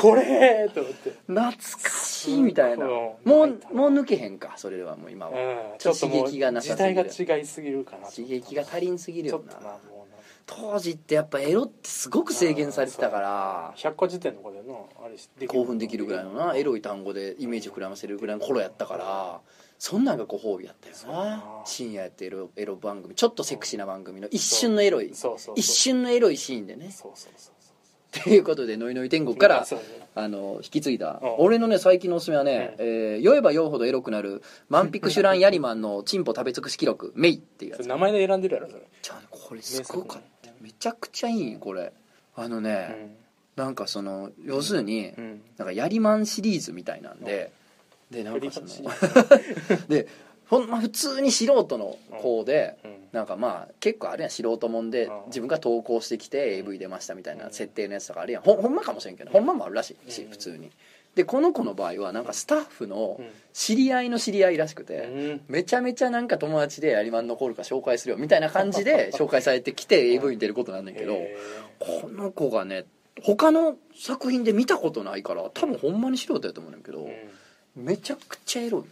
B: これと思って
A: 懐かしいみたいな
B: うん
A: もう
B: 泣いた
A: もう抜けへんかそれはもう今は
B: うんちょっともう
A: 刺激がなさす
B: 時
A: ぎる
B: 代が違いすぎるかなと
A: 刺激が足りんすぎる
B: ちょ
A: よ
B: っと
A: な
B: なもうな
A: 当時ってやっぱエロってすごく制限されてたから
B: 百科事典とかでなあれで
A: 興奮できるぐらいのなエロい単語でイメージ膨らませるぐらいの頃やったからそんなんがご褒美やった
B: そう
A: よ
B: や
A: な
B: な
A: 深夜やってエロエロ番組ちょっとセクシーな番組の一瞬のエロい
B: そうそうそう
A: 一瞬のエロいシーンでね
B: そうそうそうそう
A: ということで「ノイノイ天国」から
B: そうね
A: あの引き継いだ
B: うん
A: 俺のね最近のおすすめはね、
B: う
A: えー酔えば酔うほどエロくなる「万ピクシュランヤリマンのチンポ食べ尽くし記録メイ」っていうや
B: それ
A: つ
B: 名前で選んでるやろそれ
A: じゃあこれすごかっためちゃくちゃいいこれあの
B: う
A: ね、
B: ん
A: なんかその要するに、
B: うん
A: なんかヤリマンシリーズみたいなんで、でなんかその
B: フリーパ
A: でほんま普通に素人の子で、
B: うん
A: なんかまあ結構あるやん素人もんで
B: うん
A: 自分が投稿してきて AV 出ましたみたいうなん設定のやつとかあるやんほんほんまかもしれんけどほんまもあるらしいし
B: うん
A: 普通にでこの子の場合はなんかスタッフの
B: うん
A: 知り合いの知り合いらしくて
B: うん
A: めちゃめちゃなんか友達でやりまんのコールか紹介するよみたいな感じで紹介されてきて AV に出ることなんだけど
B: へ
A: この子がね他の作品で見たことないから多分ほんまに素人やと思うんだけど
B: ーうん
A: めちゃくちゃエロい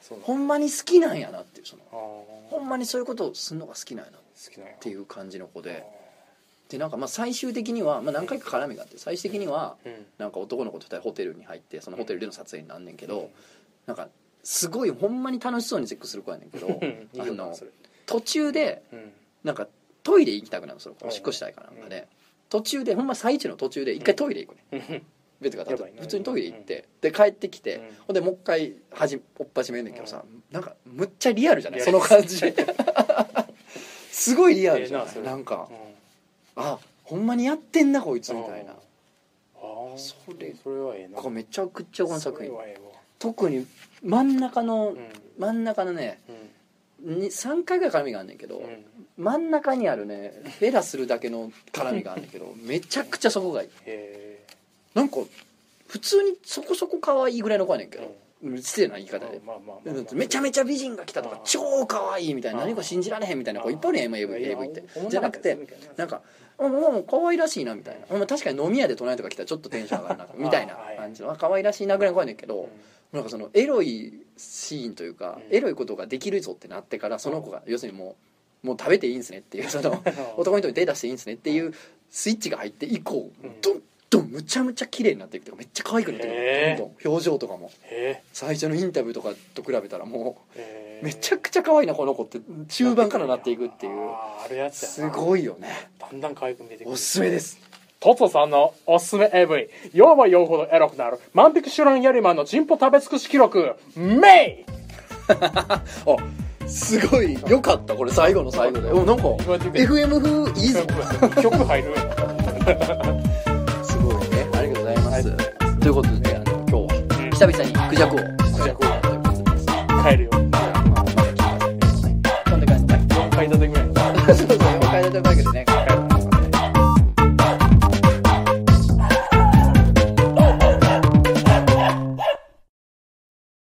B: そうなんだ
A: ほんまに好きなんやなっていうその
B: あー
A: ほんまにそういうことをするのが好きなんやなっ
B: 好きなんや
A: ていう感じの子ででなんかまあ最終的には、まあ、何回か絡みがあって最終的には
B: うん
A: なんか男の子と2人ホテルに入ってそのホテルでの撮影になんねんけどなんかすごいほんまに楽しそうにセックスする子やねんけど
B: いい
A: あ
B: よな
A: の
B: それ
A: 途中で
B: うん
A: なんかトイレ行きたくなるのその子
B: うん
A: おしっこしたいからなんかで途中でほんま最中の途中で一回トイレ行くねん
B: うん
A: ベッドから
B: やばいな
A: 普通にトイレ行ってで帰ってきて
B: うん
A: ほんでもう一回はじおっ始めんねんけどさ
B: う
A: なんかむっちゃリアルじゃない
B: リア
A: そ
B: ル
A: の感じすごいリアルじゃ
B: ええな
A: な
B: そ
A: い
B: れ
A: なんか
B: うん
A: あほんまにやってんなこいつみたいな
B: あー
A: それ
B: それはええな
A: これめちゃくちゃこの作品
B: それはええわ
A: 特に真ん中の
B: うん
A: 真ん中のねに3回ぐらい絡みがあんねんけど
B: うんうん
A: 真ん中にあるねベラするだけの絡みがあんねんけどめちゃくちゃそこがいい
B: へ
A: なんか普通にそこそこ可愛いぐらいの子やねんけど失礼な言い
B: え
A: 方で
B: まあまあまあまあ
A: めちゃめちゃ美人が来たとか
B: うん
A: 超可愛いみたいな
B: うん
A: 何か信じられへんみたいな子いっぱいおるやん今 AV,
B: いや
A: AV って
B: おもん
A: じゃ
B: なか
A: な
B: っ
A: く
B: たり
A: て
B: するけどな
A: なんか「うんうん可愛らしいな」みたいなうん「確かに飲み屋で隣とか来たらちょっとテンション上がるな」みたいな
B: あはい
A: 感じのあ「可愛らしいな」ぐらいの子やねんけ
B: う
A: ど
B: ん
A: なんかそのエロいシーンというか
B: うん
A: エロいことができるぞってなってからその子が要するにもうもう食べていいんすねっていうその男にとって手出していいんすねっていうスイッチが入って以降
B: うん
A: どんどんむちゃむちゃ綺麗になっていくというかめっちゃ可愛くなっていく
B: へー
A: どんどん表情とかも
B: へ
A: 最初のインタビューとかと比べたらもう
B: えへ
A: めちゃくちゃ可愛いなこの子って中盤からなっていくっていう
B: あーあるやつ
A: す
B: やな
A: ごいよね
B: だんだん可愛く見えてくる
A: おすすめです
B: トトさんのおすすめ AV 読ば読むほどエロくなる万引きシュランヤリマンのチンポ食べ尽くし記録メイ
A: あすごいよかったこれ最後の最後でおなんか FM 風いいぞ
B: (laughs) 曲入る
A: すごいねありがとうございますということでねあの今日は久々にクジャクを
B: クジャク
A: を
B: 帰るよ (laughs)
A: こんな感じ
B: 4回立てぐらいの
A: そうそう